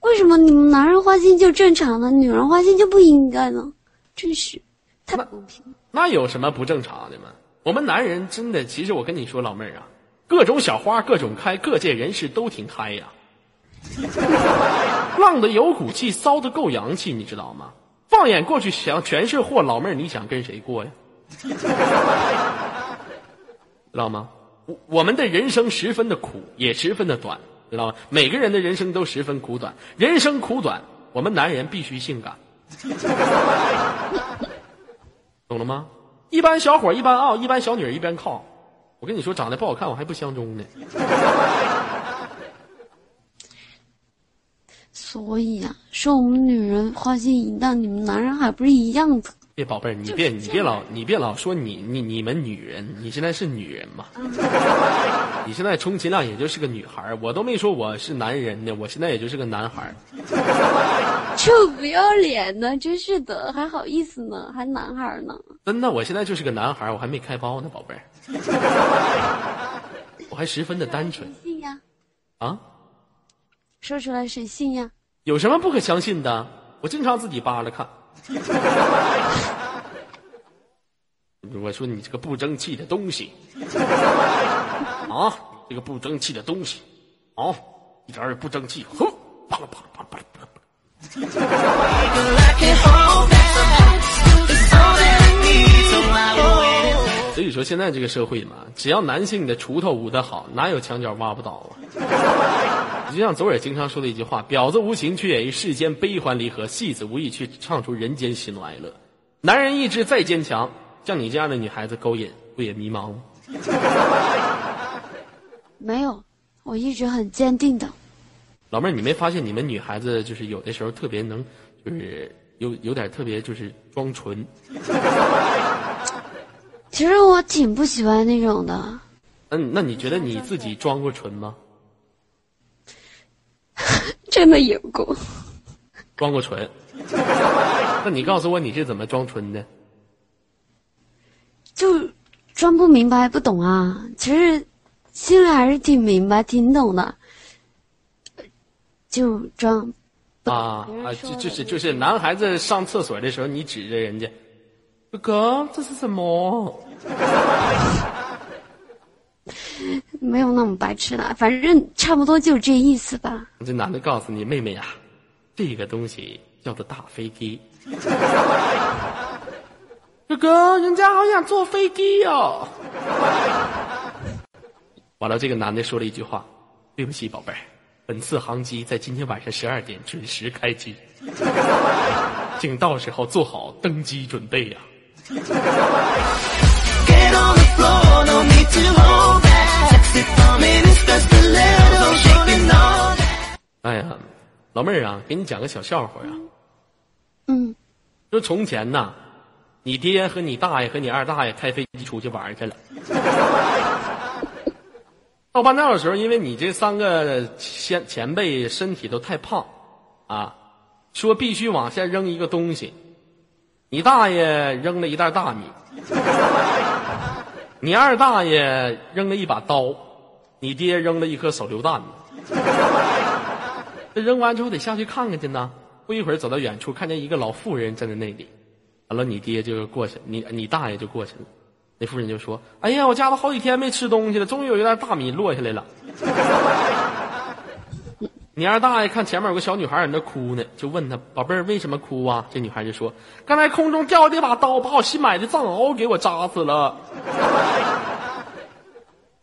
F: 为什么你们男人花心就正常呢，女人花心就不应该呢？真是太不公平了。
A: 那有什么不正常的吗？我们男人真的，其实我跟你说，老妹儿啊，各种小花各种开，各界人士都挺开呀、 浪的有骨气，骚的够洋气，你知道吗？放眼过去想全是货，老妹儿你想跟谁过呀？ 知道吗？我我们的人生十分的苦，也十分的短，知道吗？每个人的人生都十分苦短，人生苦短，我们男人必须性感，懂了吗？一般小伙儿一般傲，一般小女儿一般靠。我跟你说，长得不好看，我还不相中呢。
F: 所以呀、说我们女人花心淫荡，你们男人还不是一样的？
A: 别宝贝儿，你别你别老你别老说你你你们女人，你现在是女人嘛？你现在充其量也就是个女孩儿，我都没说我是男人呢，我现在也就是个男孩儿。
F: 臭不要脸的，真是的，还好意思呢，还男孩呢。
A: 真的，我现在就是个男孩儿，我还没开包呢，宝贝儿，我还十分的单纯
F: 信呀，
A: 啊，
F: 说出来谁信呀？
A: 有什么不可相信的？我经常自己扒拉看。 我说你这个不争气的东西，啊，这个不争气的东西，啊，一点儿也不争气，哼，扒拉扒拉扒拉扒拉扒拉。所以说，现在这个社会嘛，只要男性的锄头舞得好，哪有墙角挖不倒啊？就像左耳经常说的一句话：“婊子无情，却也于世间悲欢离合；戏子无意，却唱出人间喜怒哀乐。”男人意志再坚强，像你这样的女孩子勾引，不也迷茫吗？
F: 没有，我一直很坚定的。
A: 老妹儿，你没发现你们女孩子就是有的时候特别能，就是有有点特别就是装纯，
F: 其实我挺不喜欢那种的，
A: 嗯，那你觉得你自己装过纯吗？
F: 真的有过。
A: 装过纯。那你告诉我你是怎么装纯的？
F: 就装不明白、不懂啊。其实心里还是挺明白、挺懂的，就装
A: 啊
F: 别人
A: 啊，
F: 说
A: 就
F: 的
A: 就是就是男孩子上厕所的时候，你指着人家，哥哥这是什么？
F: 没有那么白痴啦。反正差不多就这意思吧。
A: 这男的告诉你妹妹呀、这个东西叫做大飞机。哥哥，人家好想坐飞机哦。完了，这个男的说了一句话：“对不起，宝贝儿，本次航机在今天晚上十二点准时开机， 请到时候做好登机准备啊呀、
B: Get on the floor, no need to hold back. Sip on it, it's just a little shaking all that.
A: 哎呀，老妹儿啊，给你讲个小笑话啊。
F: 嗯，
A: 说从前呐，你爹和你大爷和你二大爷开飞机出去玩儿去了。到半道的时候，因为你这三个先前辈身体都太胖，啊，说必须往下扔一个东西。你大爷扔了一袋大米，你二大爷扔了一把刀，你爹扔了一颗手榴弹。这扔完之后得下去看看去呢。不一会儿走到远处，看见一个老妇人站在那里，完了你爹就过去，你你大爷就过去了。那妇人就说：“哎呀，我家都好几天没吃东西了，终于有一袋大米落下来了。” 你二大爷看前面有个小女孩儿在那哭呢，就问她：“宝贝儿，为什么哭啊？”这女孩就说：“刚才空中掉下来一把刀，把我新买的藏獒给我扎死了。”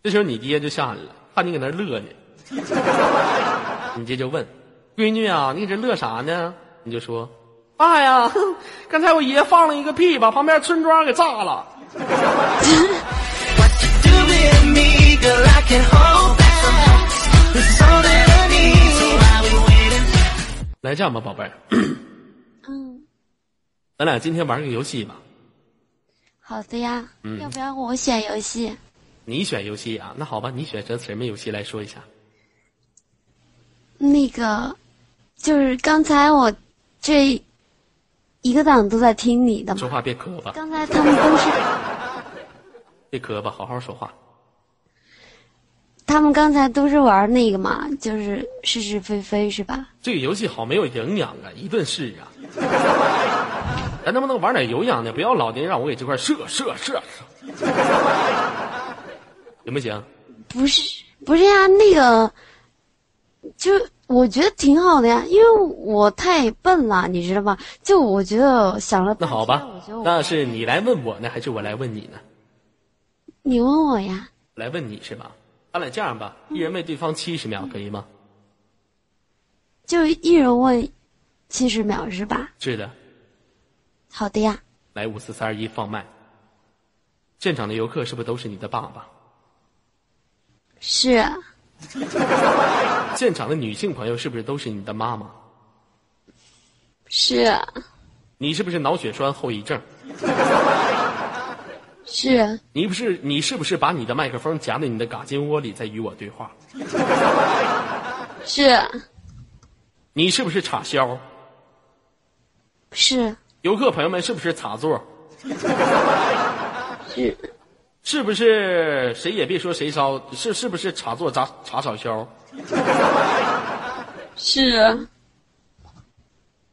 A: 这时候你爹就下来了，看你搁那儿乐呢，你爹就问：“闺女啊，你搁这乐啥呢？”你就说：“爸呀， 刚才我爷放了一个屁，把旁边村庄给炸了。
B: What you doing to me, girl? I can't hold back. It's all that I need. So I'll be waiting.
A: 来这样吧，宝贝儿，
F: 嗯，
A: 咱俩今天玩个游戏吧。
F: 好的呀。要不要我选游戏？
A: 你选游戏啊？那好吧，你选择什么游戏来说一下？
F: 那个，就是刚才我这一个档都在听你的嘛。
A: 说话别磕巴，
F: 刚才他们都是，
A: 别磕巴，好好说话。
F: 他们刚才都是玩那个嘛，就是是是非非是吧？
A: 这个游戏好没有营养啊，一顿试啊。 咱能不能玩点有氧的？不要老年让我给这块射射射，行不行？
F: 不是不是呀，那个，就我觉得挺好的呀，因为我太笨了，你知道吧？就我觉得我想了
A: 那
F: 半天
A: 好吧
F: 我觉得，我
A: 那是你来问我呢，还是我来问你呢？
F: 你问我呀，
A: 我来问你是吧？咱俩这样吧，一人问对方七十秒，可以吗？
F: 就一人问七十秒是吧？
A: 是的，
F: 好的呀，
A: 来五四三二一放慢。现场的游客是不是都是你的爸爸？
F: 是
A: 现场的女性朋友是不是都是你的妈妈？
F: 是
A: 你是不是脑血栓后遗症？
F: 是
A: 你不是你是不是把你的麦克风夹在你的嘎金窝里在与我对话？
F: 是
A: 你是不是插销？
F: 是
A: 游客朋友们是不是插座？
F: 是
A: 是不是谁也别说谁烧？是是不是插座插插插销？
F: 是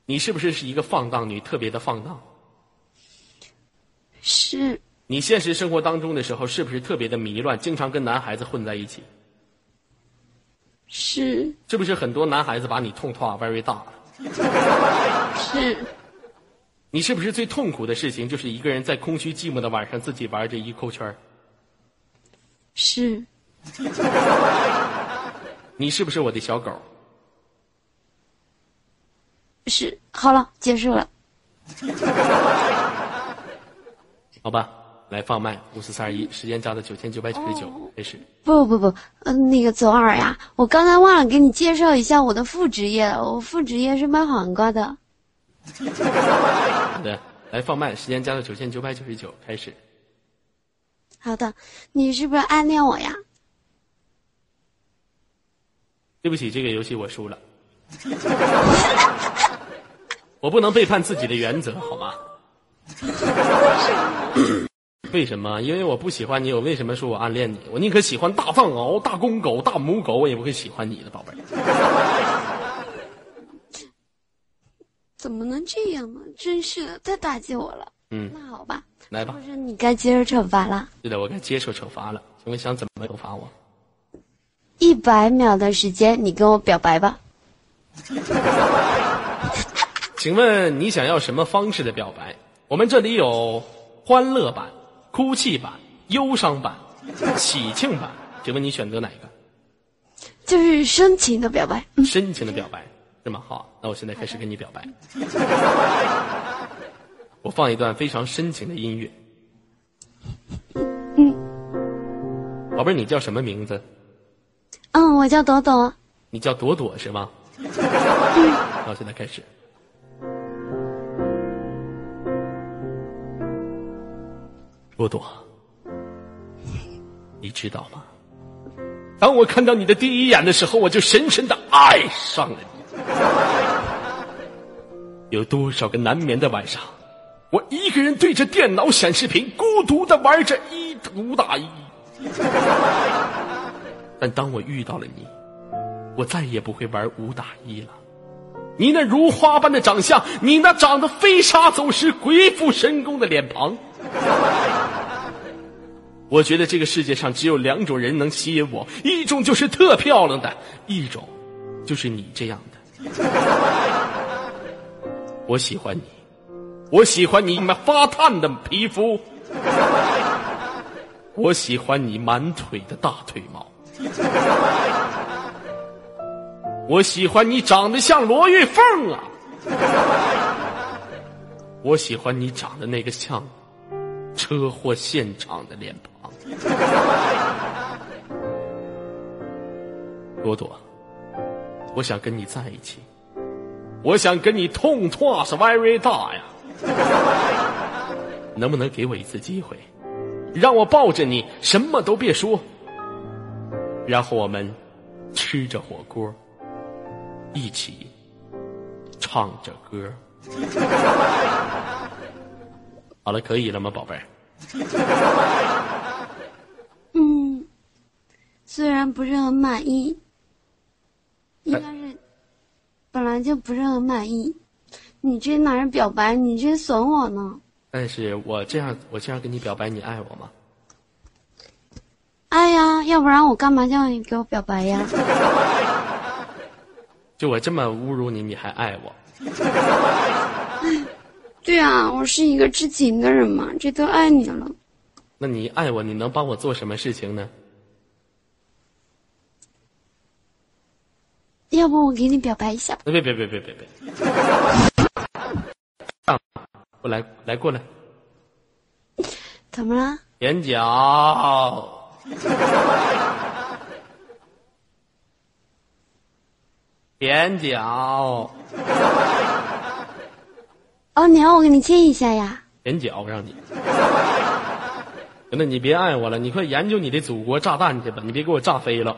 A: 你是不是是一个放荡女，特别的放荡？
F: 是
A: 你现实生活当中的时候是不是特别的迷乱，经常跟男孩子混在一起？
F: 是
A: 是不是很多男孩子把你痛痛 very 大？
F: 是
A: 你是不是最痛苦的事情就是一个人在空虚寂寞的晚上自己玩着 EQ 圈儿？
F: 是
A: 你是不是我的小狗？
F: 是，好了，结束了，
A: 好吧，来放慢五四三二一，时间加到九千九百九十九，开始。
F: 不不不，呃，那个左耳呀，我刚才忘了给你介绍一下我的副职业了，我副职业是卖黄瓜的。
A: 好的，来放慢，时间加到九千九百九十九，开始。
F: 好的，你是不是暗恋我呀？
A: 对不起，这个游戏我输了， 我不能背叛自己的原则，好吗？为什么？因为我不喜欢你，我为什么说我暗恋你？我宁可喜欢大藏獒、大公狗、大母狗，我也不会喜欢你的宝贝儿。
F: 怎么能这样呢？真是的，太打击我了。
A: 嗯
F: 那好吧，
A: 来吧
F: 是不是你该接受惩罚了？
A: 是的，我该接受惩罚了。请问想怎么惩罚我？
F: 一百秒的时间，你跟我表白吧。
A: 请问你想要什么方式的表白？我们这里有欢乐版、哭泣版、忧伤版、喜庆版，请问你选择哪一个？
F: 就是深情的表白，嗯
A: 深情的表白是吗？好，那我现在开始跟你表白。我放一段非常深情的音乐。宝贝儿，你叫什么名字？
F: 嗯，我叫朵朵，
A: 你叫朵朵是吗？那我现在开始。朵朵，你知道吗？当我看到你的第一眼的时候，我就深深的爱上了你。有多少个难眠的晚上，我一个人对着电脑显示屏，孤独的玩着一五打一。但当我遇到了你，我再也不会玩五打一了。你那如花般的长相，你那长得飞沙走石、鬼斧神工的脸庞，我觉得这个世界上只有两种人能吸引我，一种就是特漂亮的，一种就是你这样的。我喜欢你，我喜欢你那发烫的皮肤，我喜欢你满腿的大腿毛。我喜欢你长得像罗玉凤啊！我喜欢你长得那个像车祸现场的脸庞。朵朵，我想跟你在一起，我想跟你痛痛是 very 大呀！能不能给我一次机会，让我抱着你，什么都别说，然后我们吃着火锅，一起唱着歌。 好了，可以了吗，宝贝儿？
F: 嗯，虽然不是很满意，应该是本来就不是很满意。你这哪是表白？你这损我呢？
A: 但是我这样，我这样跟你表白，你爱我吗？
F: 哎呀，要不然我干嘛叫你给我表白呀？
A: 就我这么侮辱你，你还爱我？
F: 对啊，我是一个知情的人嘛，这都爱你了。
A: 那你爱我，你能帮我做什么事情呢？
F: 要不我给你表白一下吧？
A: 别别别别别别！啊，过来来过来，
F: 怎么了？
A: 眼角， 眼角，
F: 哦，你让我给你亲一下呀？
A: 眼角，我让你。行了，你别爱我了，你快研究你的祖国炸弹去吧，你别给我炸飞了，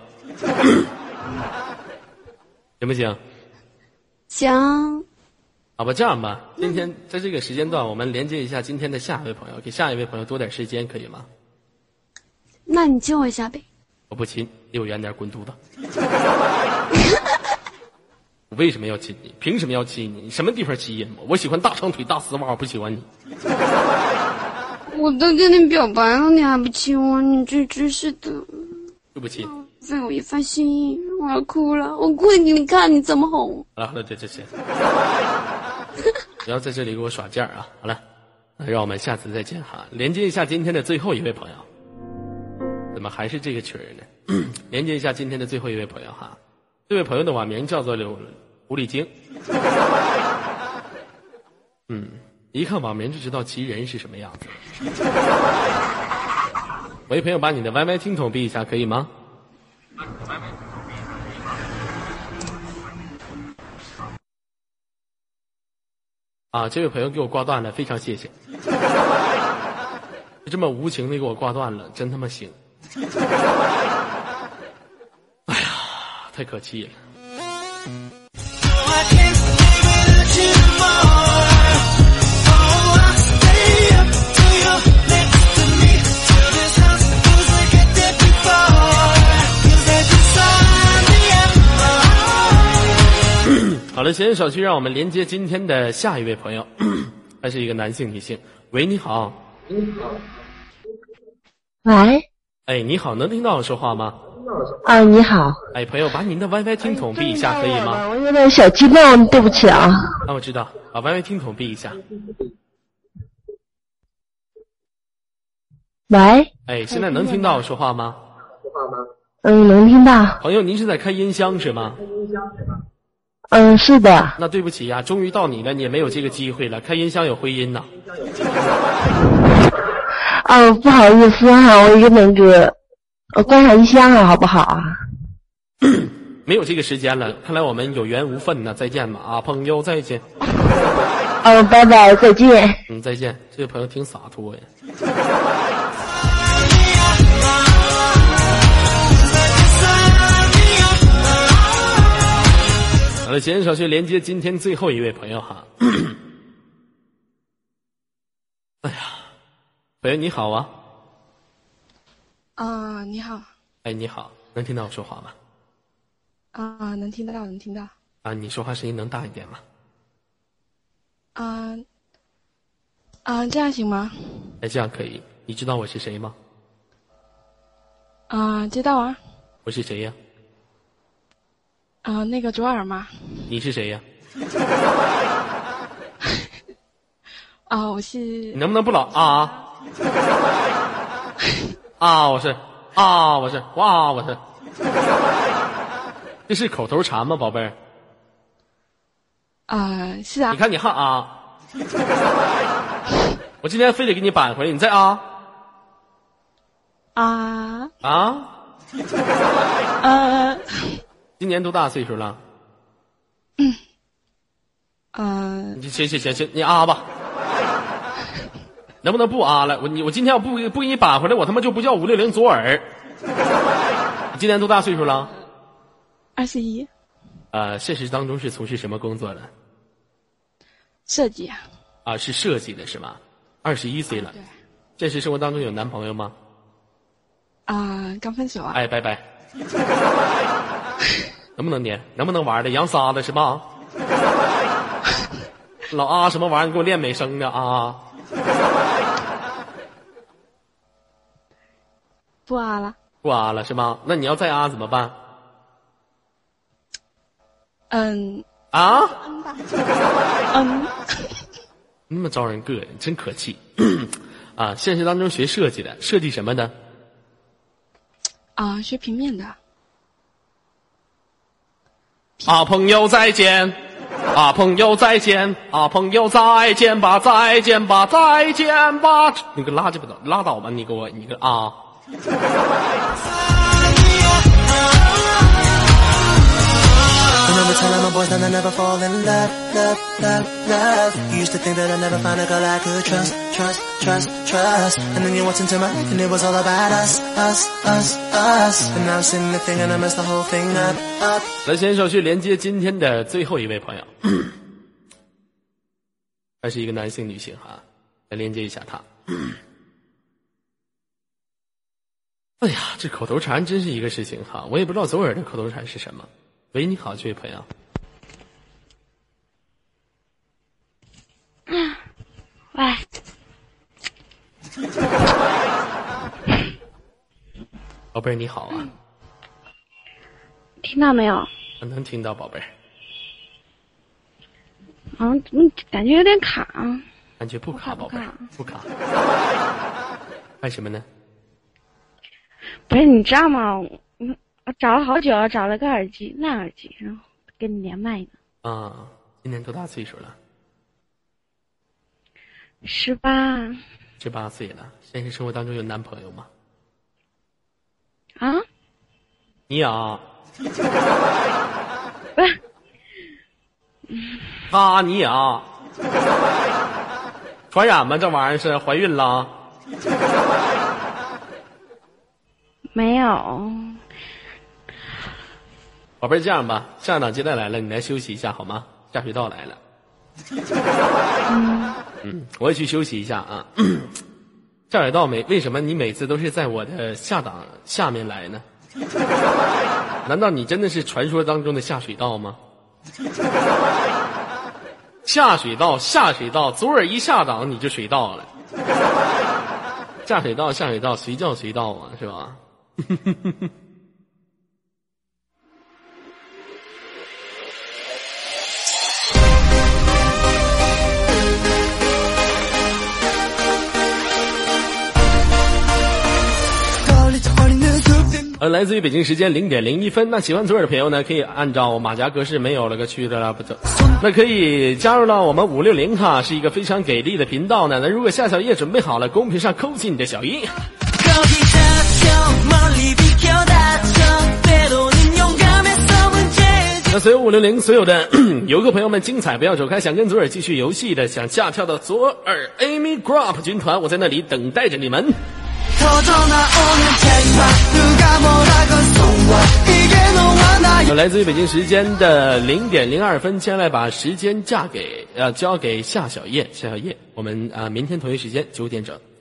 A: 行不行？
F: 行，
A: 好吧，这样吧，今天在这个时间段，我们连接一下今天的下一位朋友，给下一位朋友多点时间，可以吗？
F: 那你亲我一下呗。
A: 我不亲，离我远点，滚犊子！ 我为什么要亲你？凭什么要亲你？你什么地方吸引我？我喜欢大长腿、大丝袜，我不喜欢你。
F: 我都跟你表白了，你还不亲我，你这真是的，
A: 对不亲。
F: 对我一番心意，我要哭了，我哭给你看，你怎么哄？
A: 好了好了，这这些，不要在这里给我耍贱儿啊！好了，那让我们下次再见哈。连接一下今天的最后一位朋友，怎么还是这个曲儿呢？ 连接一下今天的最后一位朋友哈，这位朋友的网名叫做刘狐狸精。嗯，一看网名就知道其人是什么样子。 喂，朋友，把你的 YY 听筒闭一下，可以吗？啊，这位朋友给我挂断了，非常谢谢。就这么无情的给我挂断了，真他妈行。哎呀，太可气了。
B: I can't take it anymore. Oh, I stay up till you're next to me. Till this house feels like it did before. Feels like insomnia. Oh,
A: 好了，闲言少叙，让我们连接今天的下一位朋友，他是一个男性女性。喂，你好，
G: 喂，
A: 哎，你好，能听到我说话吗？
G: 啊，你好，哎
A: 哎，朋友，把您的 WiFi 听筒闭一下，可以吗？？
G: 我有点小激动，对不起啊。
A: 啊，我知道，把 WiFi 听筒闭一下。
G: 喂，
A: 哎，现在能听到我说话吗？
G: 嗯，能听到？
A: 朋友，您是在开音箱是吗？
G: 嗯，是的，
A: 那对不起呀、终于到你了，你也没有这个机会了。开音箱有回音呐。
G: 哦，不好意思哈、我一个那个，呃，关上音箱啊，好不好啊？
A: 没有这个时间了，看来我们有缘无分呐，再见吧啊，朋友，再见，
G: 嗯，拜拜，再见。
A: 嗯，再见。这位朋友挺洒脱呀。 好了，闲言少叙，连接今天最后一位朋友哈。 哎呀，哎朋友你好啊，
C: 啊、你好，
A: 哎你好，能听到我说话吗？
C: 啊、能听得到，能听到，
A: 啊，你说话声音能大一点吗？
C: 啊、啊、这样行吗？
A: 哎，这样可以。你知道我是谁吗？
C: 啊、知道啊，
A: 我是谁呀、
C: 啊、那个左耳吗？
A: 你是谁呀、
C: 啊、我
A: 你
C: 是
A: 能不能不老啊 啊？啊，我是啊，我是哇，我是。这是口头禅吗，宝贝儿？
C: 啊、是啊
A: 你，看你哈啊，我今天非得给你扳回来，你再啊
C: 啊
A: 啊！
C: 呃
A: 今年多大岁数了？
C: 呃
A: 你行行行行，你啊吧。能不能不啊了？我你我今天我不给不给你扳回来，我他妈就不叫五六零左耳。你今年多大岁数了？
C: 二十一
A: 呃，现实当中是从事什么工作的？
C: 设计
A: 啊，是设计的是吗？二十一岁了，
C: 啊对
A: 现实生活当中有男朋友吗？
C: 啊刚分手啊
A: 哎，拜 拜。能不能粘？能不能玩的？羊沙子是 吧？老啊什么玩意儿？你给我练美声的啊！
C: 不啊了
A: 不啊了是吧？那你要再啊怎么办？
C: 嗯
A: 啊？
C: 嗯
A: 那么招人膈应，真可气。 啊，现实当中学设计的，设计什么的？
C: 啊学平面的
A: 啊，朋友再见，啊，朋友再见，啊，朋友再见吧，再见吧，再见吧。你个拉鸡巴倒，拉倒吧，你给我，你个啊。
B: Remember telling my boys that I never fall in love, love, love, love. You used to think that I'd never find a girl I could trust, trust, trust, trust. And then you walked into my life and it was all about us, us, us, us. And now I'm sitting there thinking I messed the whole thing up, up.
A: 咱先手续连接今天的最后一位朋友， 他是一个男性、女性哈，来连接一下他。 哎呀，这口头禅真是一个事情哈，我也不知道左耳的口头禅是什么。喂，你好，这位朋友，
H: 喂，
A: 宝贝儿你好啊，
H: 听到没有？
A: 能听到宝贝儿，
H: 嗯，怎么感觉有点卡啊？
A: 感觉不卡，宝贝儿不卡， 干什么呢？
H: 不是，你知道吗？嗯我找了好久，啊找了个耳机，烂耳机，然后跟你连麦呢。
A: 啊，今年多大岁数了？
H: 十八
A: 十八岁了。现实生活当中有男朋友吗？
H: 啊？
A: 你呀，
H: 不是，
A: 啊，你呀，传染吗？这玩意儿是怀孕了？
H: 没有。
A: 宝贝儿，这样吧，下档接待来了，你来休息一下好吗？下水道来了。嗯，我也去休息一下啊。下水道每为什么你每次都是在我的下档下面来呢？难道你真的是传说当中的下水道吗？下水道，下水道，左耳一下档你就水到了。下水道，下水道，随叫随到啊，是吧？呃，来自于北京时间零点零一分。那喜欢左耳的朋友呢，可以按照马甲格式没有了个区的啦，不就？那可以加入到我们五六零哈，是一个非常给力的频道呢。那如果夏小叶准备好了，公屏上扣起你的小一。
B: 거기다쳐 멀리 비켜 다쳐 때로는 용감해서 문제
A: 那所有五六零所有的 游客朋友们，精彩不要走开！想跟左耳继续游戏的，想下跳到左耳 Amy Grop 军团，我在那里等待着你们。
B: 터져 나오는 찰나 누가 뭐라건 쏘아 이게 너와 나의
A: 呃来自于北京时间的零点零二分，接下来把时间嫁给呃交给夏小叶，夏小叶，我们啊、呃明天同一时间九点整